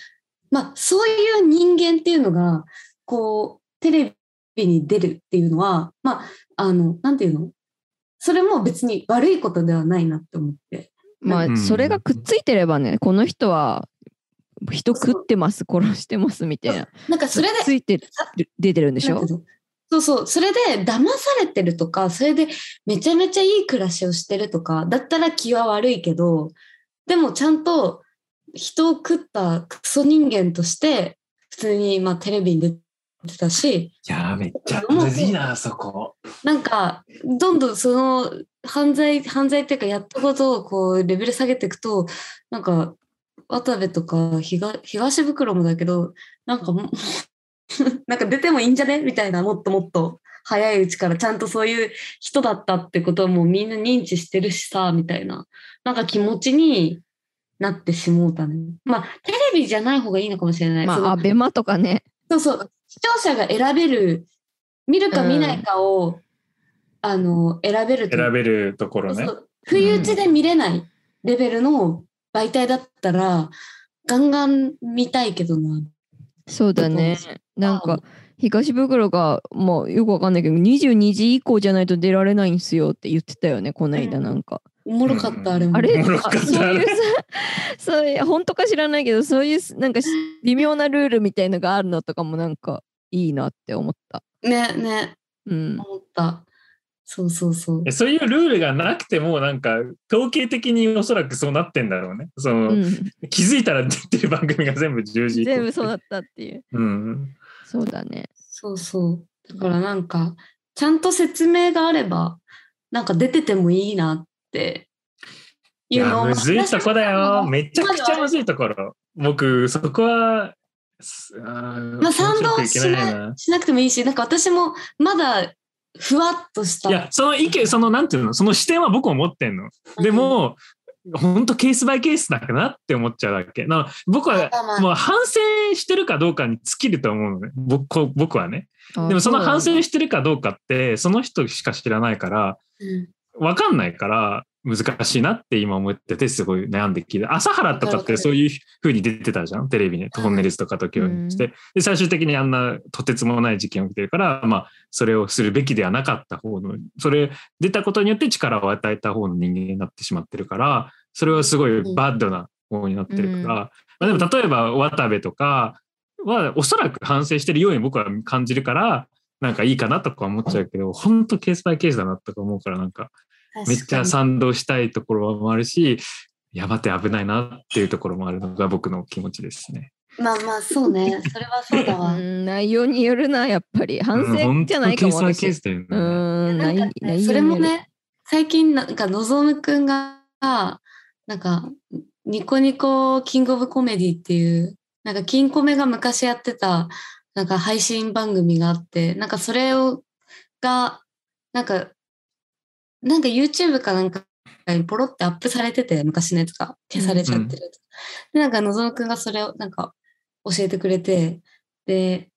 S2: まあそういう人間っていうのがこうテレビに出るっていうのはまああのなんていうのそれも別に悪いことではないなって思って。
S1: ま
S3: う
S1: あ
S3: ん
S1: それがくっついてればねこの人は人食ってます殺してますみたいな
S2: なんかそれで
S1: ついてる出てるんでし
S2: なん
S1: ょ
S2: ていうのそうそう。それで騙されてるとか、それでめちゃめちゃいい暮らしをしてるとか、だったら気は悪いけど、でもちゃんと人を食ったクソ人間として、普通にまあテレビに出てたし、
S3: いやー、めっちゃ
S2: むずい
S3: な、そこ。
S2: なんか、どんどんその犯罪、犯罪っていうかやったことをこうレベル下げていくと、なんか、渡部とか東東 [laughs] 袋もだけど、なんかもう、なんか出てもいいんじゃねみたいな、もっともっと早いうちからちゃんとそういう人だったってことをもうみんな認知してるしさ、みたいな、なんか気持ちになってしもうたね。まあ、テレビじゃない方がいいのかもしれない。
S1: ま
S2: その
S1: あ、アベマとかね。
S2: そうそう。視聴者が選べる、見るか見ないかを、あの、選べると
S3: 選べるところ
S2: そ
S3: ね
S2: う。そう不意打ちで見れないレベルの媒体だったら、ガンガン見たいけどな。
S1: そうだね
S2: ち。
S1: なんか、東袋が、もうよくわかんないけど、22時以降じゃないと出られないんですよって言ってたよね、こないだなんか。
S2: おもろかった、あ
S3: うん
S2: れも。
S1: あれ
S3: おもろ
S1: あ
S3: かった
S1: そういうさ、そういう、本当か知らないけど、そういうす、なんかし微妙なルールみたいのがあるのとかもなんか、いいなって思った。
S2: ね、ね、
S1: うん。
S2: 思った。そうそうそう
S3: え。そういうルールがなくても、なんか、統計的におそらくそうなってんだろうね。その、
S1: うん、
S3: 気づいたら出てる番組が全部10時以降
S1: 全部そうだったっていう。
S3: うん。
S1: そうだね。
S2: そうそう。だからなんか、ちゃんと説明があれば、なんか出ててもいいなって。
S3: い
S2: いうの
S3: や、
S2: を
S3: むずいとこだよ。
S2: まあ
S3: めちゃくちゃむずいところ。僕、そこは、すあー
S2: まあ、賛
S3: 面白
S2: 同
S3: くい
S2: し
S3: け
S2: ないしなくてもいいし、なんか私もまだふわっとした。
S3: いや、その意見、その、なんていうの、その視点は僕も持ってんの。でも、本当ケースバイケースだかなって思っちゃうわけ。な僕は
S2: まあまあ
S3: もう反省してるかどうかに尽きると思うのね。僕こ僕はね。
S1: あ
S3: でもその反
S1: うだ
S3: 省
S1: ね
S3: してるかどうかって、その人しか知らないから、
S2: うん、
S3: わかんないから、難しいなって今思ってて、すごい悩んできて。朝原とか
S2: わ
S3: っ
S2: かる
S3: てそういう風に出てたじゃん、テレビに、トンネルズとかと共演して。で、最終的にあんなとてつもない事件起きてるから、まあ、それをするべきではなかった方の、それ出たことによって力を与えた方の人間になってしまってるから、それはすごいバッドな方になってるから、
S1: うん
S3: まあ、でも例えば渡部とかはおそらく反省してるように僕は感じるから、なんかいいかなとか思っちゃうけど、本当ケースバイケースだなとか思うから、なんかめっちゃ賛同したいところもあるし、いや待って危ないなっていうところもあるのが僕の気持ちですね。
S2: まあまあそうね。それはそうだわ。
S1: うん内容によるな、やっぱり。反省じゃないかも
S3: う
S1: 私
S3: ん本当ケースバイケースだ
S1: う
S3: よね。
S1: ーん、な
S2: な
S1: ん
S2: か
S1: い
S2: ね、
S1: ない
S2: それもね、最近なんかのぞむくんが、なんか、ニコニコキングオブコメディっていう、なんか、キンコメが昔やってた、なんか配信番組があって、なんかそれを、が、なんか、なんか YouTube かなんかにポロってアップされてて、昔のやつが消されちゃってるやつ。で、なんかのぞむくんがそれを、なんか、教えてくれて、で、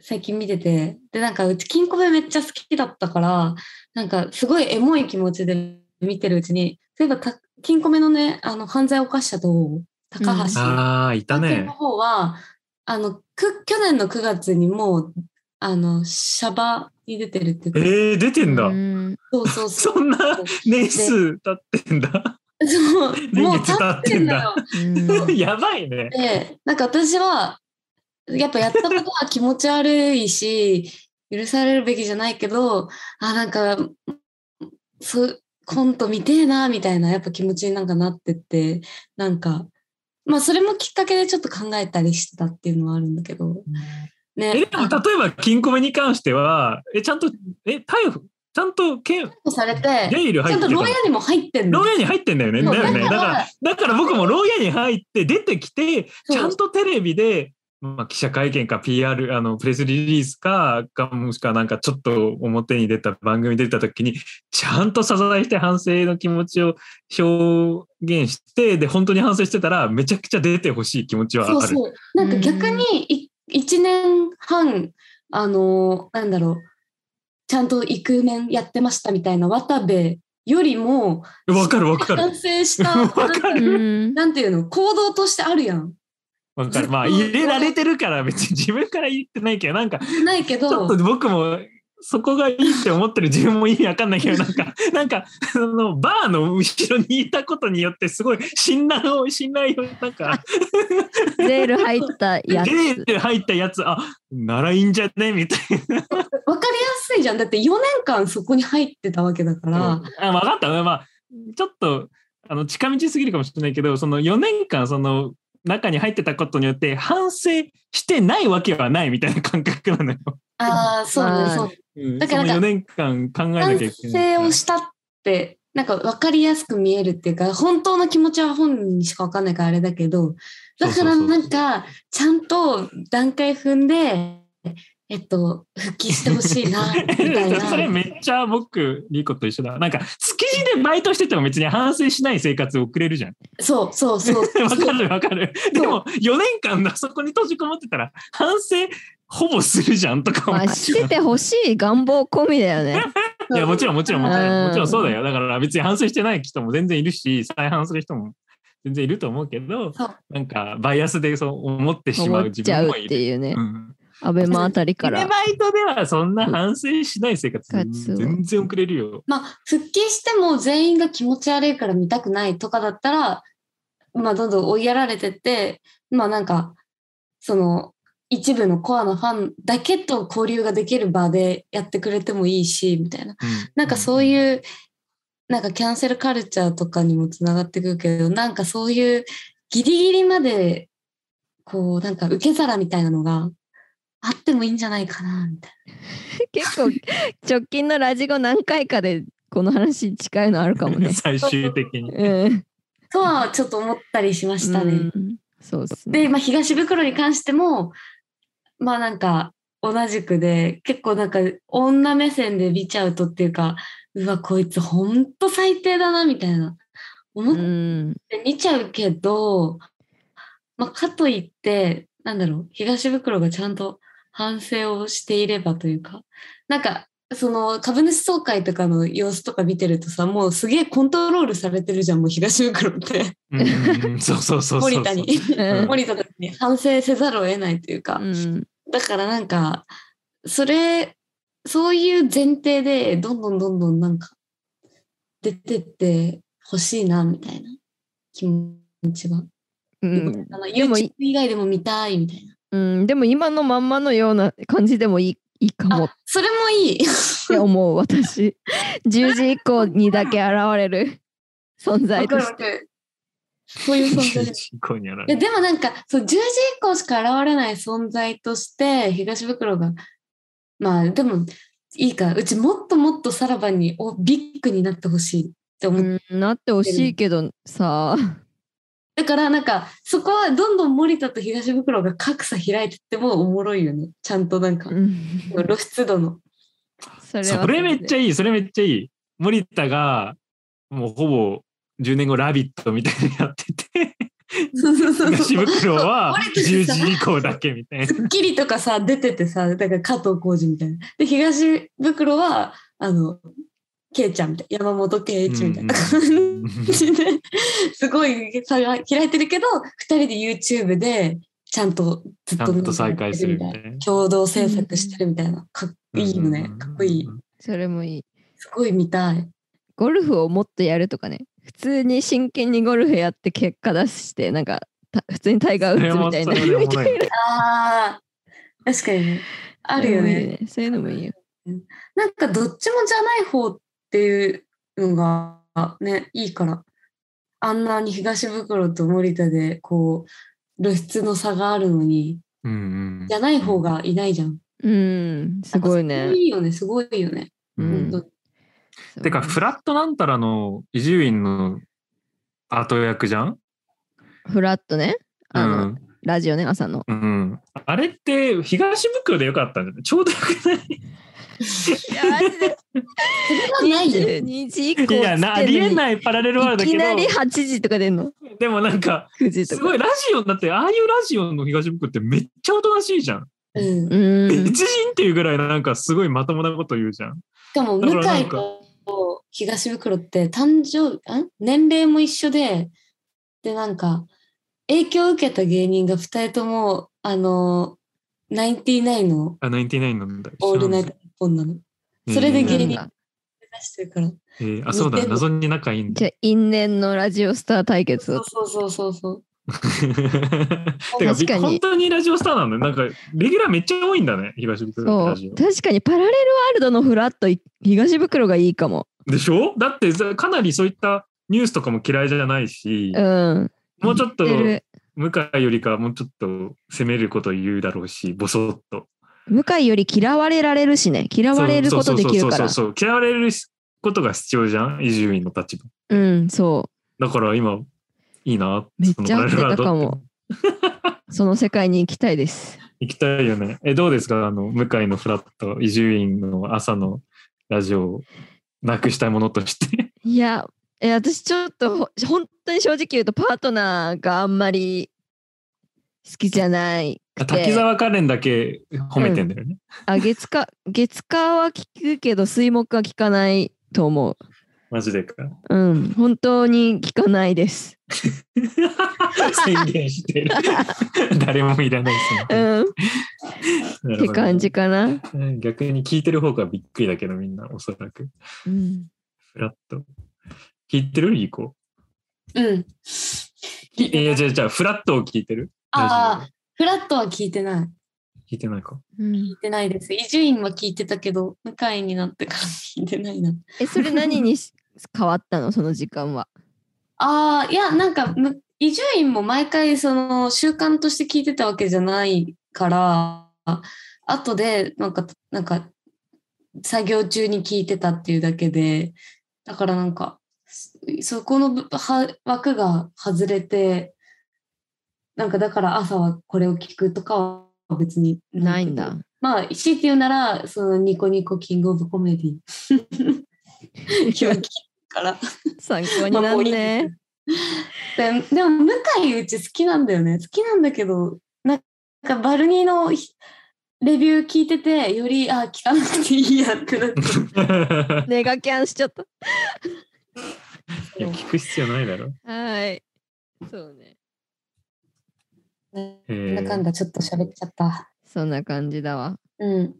S2: 最近見てて、で、なんか、うち、金庫弁めっちゃ好きだったから、なんか、すごいエモい気持ちで見てるうちに、例えばた、金庫弁のね、あの、犯罪を犯したと、高橋
S3: ああ、いた
S2: 関係
S3: ね
S2: の。方は、あの、く、去年の9月にもう、あの、シャバに出てるっていうか
S3: えー、出てんだ。
S1: うん
S2: そうそうそう。
S3: そんな年数経ってんだ。 [laughs]
S2: そう、もう
S3: 年月経ってんだ
S2: 経
S1: う
S2: っ
S1: ん
S3: [laughs] やばいね。
S2: てんのよ。で、なんか私は、やっぱやったことは気持ち悪いし、許されるべきじゃないけど、あ、なんか、そう、コント見てえな、みたいな、やっぱ気持ちになんかなってって、なんか、まあそれもきっかけでちょっと考えたりしてたっていうのはあるんだけど、ね。
S3: えでも例えば金庫目に関してはえちゃんとえ逮捕ちゃんと刑
S2: 逮捕されて、
S3: ゲイル
S2: ち
S3: 入
S2: ゃ
S3: っ
S2: ん
S3: て
S2: と
S3: たの
S2: 牢屋にも入ってんの。
S3: 牢屋に入ってんだよね
S2: そう
S3: だよね
S2: だ
S3: だ
S2: か
S3: かららだから僕も牢屋に入って出てきて
S2: そう
S3: ちゃんとテレビで、まあ、記者会見か PR あのプレスリリースかかもしくはなんかちょっと表に出た番組に出た時にちゃんと謝罪して反省の気持ちを表現してで本当に反省してたらめちゃくちゃ出てほしい気持ちはあ
S2: そ
S3: る。
S2: うそう。なんか逆に1年半、あのーなんだろう、ちゃんとイクメンやってましたみたいな渡部よりも、
S3: わかるわかる。
S2: 完成した、
S3: わか
S2: なん
S3: る
S1: うん
S2: なんていうの、行動としてあるやん。
S3: わかる。ま
S2: [laughs]
S3: あ、
S2: ずっと
S3: 入れられてるから別に自分から言ってないけど、なんか、ち
S2: ないけ
S3: ょ
S2: ど
S3: っと、僕も、そこがいいって思ってる自分も意味わかんないけど、な
S2: [laughs]
S3: んか、なんか、その、バーの後ろにいたことによって、すごい信頼を、信頼を、な
S2: [laughs]
S3: んか、
S1: ゼール入った
S3: ゲ
S1: や
S3: ー
S1: つ。
S3: って入ったやつ、あ、ならいいんじゃねみたい
S2: わかりやすいじゃん。だって4年間そこに入ってたわけだから、
S3: な。あ、わかった。まあ、ちょっと、あの、近道すぎるかもしれないけど、その4年間、その、中に入ってたことによって、反省してないわけはないみたいな感覚なのよ。
S2: ああ、そう
S1: ま
S2: ね、
S1: あ
S2: そう。
S3: うん
S2: だから
S3: その
S2: な
S3: 4
S2: んか
S3: 年間考えな
S2: 完
S3: きゃいけない。
S2: 成をしたって、なんか分かりやすく見えるっていうか、本当の気持ちは本人にしか分かんないからあれだけど、だからなんか、ちゃんと段階踏んで、えっと、復帰してほしいな、みたいな。
S3: [laughs] それめっちゃ僕、リコと一緒だ。なんか、築地でバイトしてても別に反省しない生活を送れるじゃん。
S2: そうそうそう。
S3: [laughs] わかるわかる。でも、4年間あそこに閉じこもってたら、反省ほぼするじゃんとか
S1: ま
S3: 思
S1: あ、
S3: う
S1: しててほしい願望込みだよね。
S3: いや、もちろん、もちろん、もち
S1: う
S3: ろ
S1: ん
S3: ん、もちろんそうだよ。だから別に反省してない人も全然いるし、再反する人も全然いると思うけど
S2: そう、
S3: なんかバイアスでそう思ってしま
S1: 思
S3: う
S1: っ
S3: 自
S1: ちゃ
S3: 分
S1: う
S3: もい
S1: って
S3: る。
S1: いうね
S3: う。ん、
S1: アベマあたり
S3: で
S1: か
S3: バ
S1: ら。
S3: イトではそんな反省しない生活
S1: うん
S3: 全然遅れるよ。
S2: まあ、復帰しても全員が気持ち悪いから見たくないとかだったら、まあ、どんどん追いやられてって、まあなんか、その、一部のコアなファンだけと交流ができる場でやってくれてもいいし、みたいな。なんかそう
S3: う。
S2: いう、なんかキャンセルカルチャーとかにもつながってくるけど、なんかそういうギリギリまで、こう、なんか受け皿みたいなのがあってもいいんじゃないかな、みたい
S1: 結構、直近のラジゴ何回かでこの話に近いのあるかもね
S3: [laughs] 最終
S2: [laughs]
S3: 的に。
S1: うん。
S2: な。とはちょっと思ったりしましたね。
S1: うんそうですね。
S2: で、まあ、東袋に関しても、まあなんか同じくで、結構なんか女目線で見ちゃうとっていうか、うわ、こいつほんと最低だな、みたいな。思
S1: う
S2: っ
S1: ん。
S2: て見ちゃうけど、まあかといって、なんだろう、東袋がちゃんと反省をしていればというか、なんか、その株主総会とかの様子とか見てるとさ、もうすげえコントロールされてるじゃん、もう東袋って。
S3: うんうんうんそうそうそうそうそう。
S2: 森田
S3: [laughs]
S2: に。
S1: うん
S2: 森田たちに反省せざるを得ないというか、
S1: うん
S2: だからなんかそれそういう前提でどんどんどんどんなんか出てってほしいなみたいな気持ちが、
S1: うん
S2: あの
S1: でも
S2: YouTube 以外でも見たいみたい
S1: うん、でも今のまんまのような感じでもいいいいか
S2: な
S1: もっ
S2: あそれもいい
S1: [laughs] て思う
S3: [laughs]
S1: 私10時以降にだけ現れる存在
S2: わ
S1: と
S2: かる
S1: し
S2: わ
S1: て
S2: かるそういう存在です
S3: 主人公にやら
S2: い
S3: れ
S2: や
S3: る
S2: でもなんかそう10時以降しか現れない存在として東袋がまあでもいいかうちもっともっとさらばにおビッグになってほしいって思って
S1: うん、なってほしいけどさ
S2: だからなんかそこはどんどん森田と東袋が格差開いてってもおもろいよねちゃんとなんか
S1: うん
S2: 露出度の
S1: それ
S3: それめっちゃ
S1: ゃ
S3: いい、それめっちゃいい。森田がもうほぼ10年後、ラビットみたいにやっ
S2: [laughs]
S3: てて、
S2: そうそうそう
S3: 東
S2: そう
S3: 袋
S2: [laughs]
S3: は10
S2: 森田さん
S3: 時以降だけみたいな。
S2: スッキリとかさ出ててさだから加藤浩次みたいなで東袋はあのケイちゃんみたいな山本圭一みたいな感
S3: うん
S2: じ
S3: うん
S2: [laughs] ですごい差が開いてるけど2人で YouTube でちゃんとずっ
S3: ち
S2: と
S3: ゃんと再開するみたいな。
S2: 共同制作してるみたいなかっこいいよねかっこいい
S1: それもいい
S2: すごい見たい
S1: ゴルフをもっとやるとかね普通に真剣にゴルフやって結果出してなんかた普通にタイガー・ウッズみたいな
S3: それもそれでおもろい
S2: ああ、確かにね。あるよ
S1: それもいい
S2: ね。
S1: ねそういうのもいいよ
S2: なんかどっちもじゃない方っていうのがね、いいから。あんなに東袋と森田でこう、露出の差があるのに、
S3: うんうん
S2: じゃない方がいないじゃん。
S1: うんすごいね
S2: なんかそれいいよね、すごいよね。
S3: う
S1: うん
S2: 本当
S3: てか、フラットなんたらの伊集院の後役じゃん
S1: フラットね
S3: う
S1: あの、
S3: ん。
S1: ラジオね朝の
S3: うん。あれって東袋でよかったんじゃないちょうどよくない
S1: いやマジで
S2: それはないよ。
S1: 22時以降
S3: いやな、ありえ
S1: い
S3: ないパラレルワールド
S1: い
S3: だ
S1: き
S3: け
S1: なり
S3: ど、
S1: 8時とか出んの
S3: でもなんか、
S1: 9時
S3: す
S1: と
S3: ご
S1: か
S3: いラジオだって、ああいうラジオの東袋ってめっちゃおとなしいじゃん。
S2: うん。し
S1: う
S3: 別
S1: ん
S3: 人っていうぐらいなんかすごいまともなこと言うじゃん。
S2: かも、
S3: だか
S2: 向
S3: らな
S2: 井
S3: んか
S2: と東袋って誕生日、ん年齢も一緒で、で、なんか、影響を受けた芸人が2人とも、あの、ナインティナインの
S3: あ、99なんだ。
S2: オールナイト日本なの。それで
S3: 芸
S2: 芸
S3: 人
S2: 人目指してるから。
S3: えーあ、そう
S2: 似
S3: だ、
S2: てる
S3: 謎に仲
S1: [laughs]
S3: いいん
S1: じゃ
S3: だ。
S1: あ因縁のラジオスター対決
S2: そ
S1: を
S2: うそうそうそうそう。
S3: てか
S1: 確かに
S3: 本当にラジオスターなんだよ。なんか、レギュラーめっちゃ多いんだね、東袋
S1: そ
S3: ラジ
S1: う確かにパラレルワールドのフラットい東袋がいいかも
S3: オ。でしょだって、ざかなりそういったニュースとかも嫌いじゃないし
S1: う、ん
S3: もうちょっと、
S1: 似て
S3: 向
S1: る
S3: 井よりかはもうちょっと攻めること言うだろうし、ボソッと。
S1: 向井より嫌われられるしね嫌われることできるから
S3: そうそうそうそうそう嫌われることが必要じゃん伊集院の立場
S1: うんそ
S3: だから今いいな
S1: めっちゃ合ってたかも
S3: そのパラレルワールドって
S1: うその世界に行きたいです
S3: 行きたいよね。え、どうですかあの、向井のフラット、伊集院の朝のラジオをなくしたいものとして。
S1: いや、え私ちょっとほ本当に正直言うとパートナーがあんまり好きじゃない
S3: あ
S1: くて。
S3: 滝沢カレンだけ褒めてんだよね。
S1: あ月火月火は聞くけど水木は聞かないと思う。
S3: マジでか。
S1: うん、本当に聞かないです。
S3: 宣言してる。誰もいらないですね
S1: うん、っ
S3: なるほ
S1: て
S3: ど
S1: 感じかな。
S3: うん逆に聞いてる方がびっくりだけど、みんな、おそらく。
S1: うん、
S3: フラット。聞いてるリコ。
S2: うん。
S3: いや、じゃあ、じゃあ、フラットを聞いてる
S2: あ
S3: ラ
S2: あ、フラットは聞いてない。
S3: ジオ聞い
S1: [laughs]
S3: てないか。
S1: うん
S2: 聞いてないです。伊集院は聞いてたけど、向井になってから聞いてないな。
S1: え、それ何にし変わったのその時間は。
S2: ああ、いや、なんか、む伊集院も毎回、その、習慣として聞いてたわけじゃないから、後で、なんか、なんか、作業中に聞いてたっていうだけで、だからなんか、そそこのぶは枠が外れて、なんかだから朝はこれを聞くとかは別に
S1: ない
S2: け
S1: ん
S2: ど
S1: だ。
S2: まあ、強いて言うなら、そのニコニコキングオブコメディ。今日聞いたから。
S1: 参考になんね。
S2: ででも、向井うち好きなんだよね。好きなんだけど、なんかバルニーのひレビュー聞いてて、より、あ、聞かなくていいやってなって。
S1: ネガキャンしちゃった。
S3: いや、聞く必要ないだろ。
S1: はい。そうね。
S2: な
S3: [laughs] えー
S2: んだかんだちょっと喋っちゃった。
S1: そんな感じだわ。
S2: うん。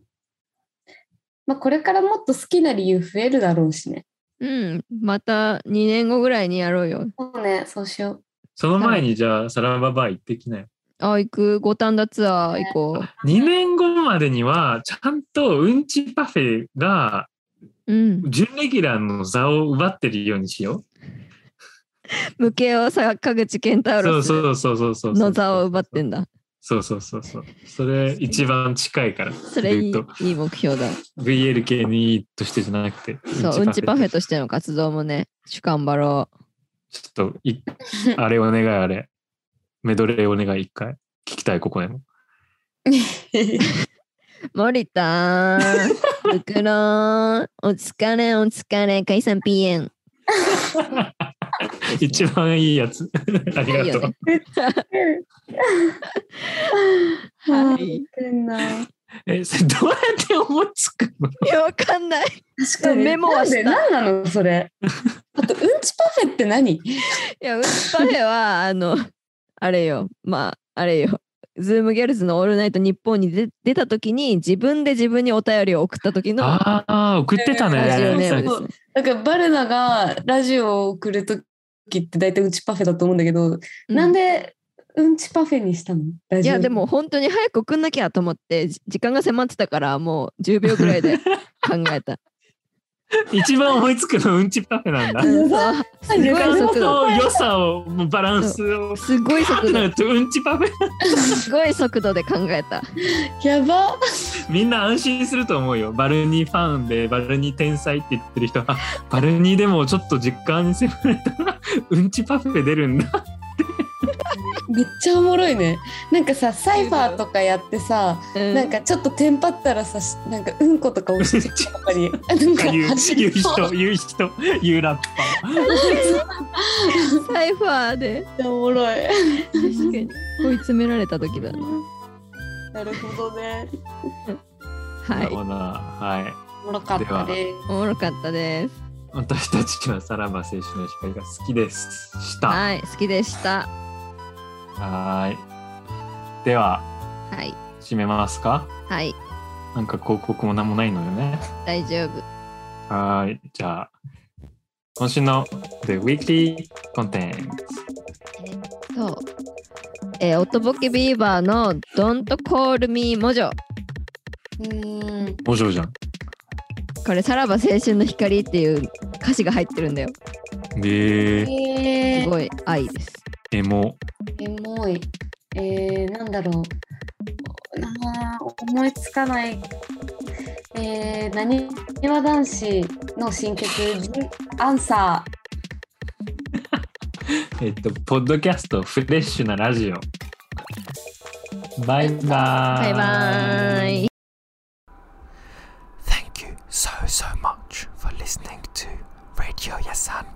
S2: まあ、これからもっと好きな理由増えるだろうしね。
S1: うん、また2年後ぐらいにやろうよ。
S2: そうね、そうし [laughs] よ
S3: その前に、じゃあ、サラババー行ってきなよ。
S1: あ、行く。五反田ツアー行こ
S3: 2年後までには、ちゃんとうんちパフェが、
S1: [laughs] う。うん。
S3: 準レギュラーの座を奪ってるようにしよ
S1: 無形を坂口健
S3: う。
S1: 太
S3: そ
S1: 郎
S3: うそうそうそうそうそう。
S1: の座を奪ってんだ。
S3: そうそうそうそう。それ一番近いから。
S1: それいい
S3: ずっと
S1: いい目標だ。
S3: VL 系にいいとしてじゃなくて。
S1: そう、うんちパフェ
S3: と。
S1: としての活動もね、主幹張ろ
S3: ちょっとい、あれお願いあれ。メドレーお願い一回。聞きたい、ここでも。
S2: う。
S1: う。森田、 [laughs] 袋、お疲れ、お疲れ、解散 PN。
S3: 一番いい
S1: [laughs]
S3: やつ。あり
S1: いい
S3: がと
S1: よ
S3: う。
S1: ね。
S2: は
S1: はい
S2: い。
S1: い
S3: え、それどうやって思いつくの
S1: いや、わかんない。
S2: 確
S1: かにメモはした
S2: なんで何なのそれ。あと、うんちパフェって何
S1: いや、うんちパフェは、あの、あれよ、まあ、あれよ。ズームギャルズのオールナイト日本に出出た時に自分で自分にお便りを送った時のラ
S3: ああ、送ってたね。
S1: ジオネーム
S2: ね
S1: ですね。
S2: なんかバルナがラジオを送るときって大体うんちパフェだと思うんだけど、
S1: う
S2: なんでうんちパフェにしたのラ
S1: い
S2: ジオ
S1: やでも本当に早く送んなきゃと思ってじ時間が迫ってたからもう10秒ぐら [laughs] いで考えた。
S3: 一番思いつくのうんちパフェなんだ。
S1: うんそうすごい速
S3: 時間
S1: 度
S3: と良さを、もうバランスを。
S1: すご [laughs] い速
S3: [laughs]
S1: 度
S3: なるとうんちパフェ
S1: すごい速度で考えた。
S2: やば
S3: みんな安心すると思うよ。バルニーファンでバルニー天才って言ってる人は、 [laughs] バルニーでもちょっと実感に迫られたら、うんちパフェ出るんだ。
S2: めっちゃおもろいねなんかさサイファーとかやってさ、
S1: うん
S2: なんかちょっとテンパったらさしなんかうんことか押してるとかに [laughs] なんか
S3: 言う
S2: 走
S3: 言う
S2: りそう
S3: 人、言う人、言うラッパー。
S1: [laughs] サイファーで
S2: めっちゃおもろい
S1: 確かに追い詰められた時だね。
S2: [laughs] なるほどね
S1: は
S3: ないる。ほどは
S2: おもろかったです
S1: おもろかったです。
S3: い。私たちはさらば青春の光が好きです。した。は
S1: はい好きでした。
S3: ーい。では、
S1: はい
S3: 締めますか
S1: はい
S3: なんか広告も何もないのよね。
S1: 大丈夫。
S3: はーい。じゃあ、今週の The Weekly Content。
S1: そう。えー、オトボケビーバーの Don't Call Me モジョ
S2: うーん
S3: お嬢じゃん。
S1: これさらば青春の光っていう歌詞が入ってるんだよ。
S3: えー。
S2: え
S1: す
S2: ー、
S1: ごい愛です。
S3: エモ。
S2: エモいえー、なんだろうなあ思いつかないえー、なにわ男子の新曲「アンサ
S3: えっと、ポッドキャスト、フレッシュなラジオ。バイバーイ。
S1: バイバーイ。
S4: Thank you so, so much for listening to Radio Yasan.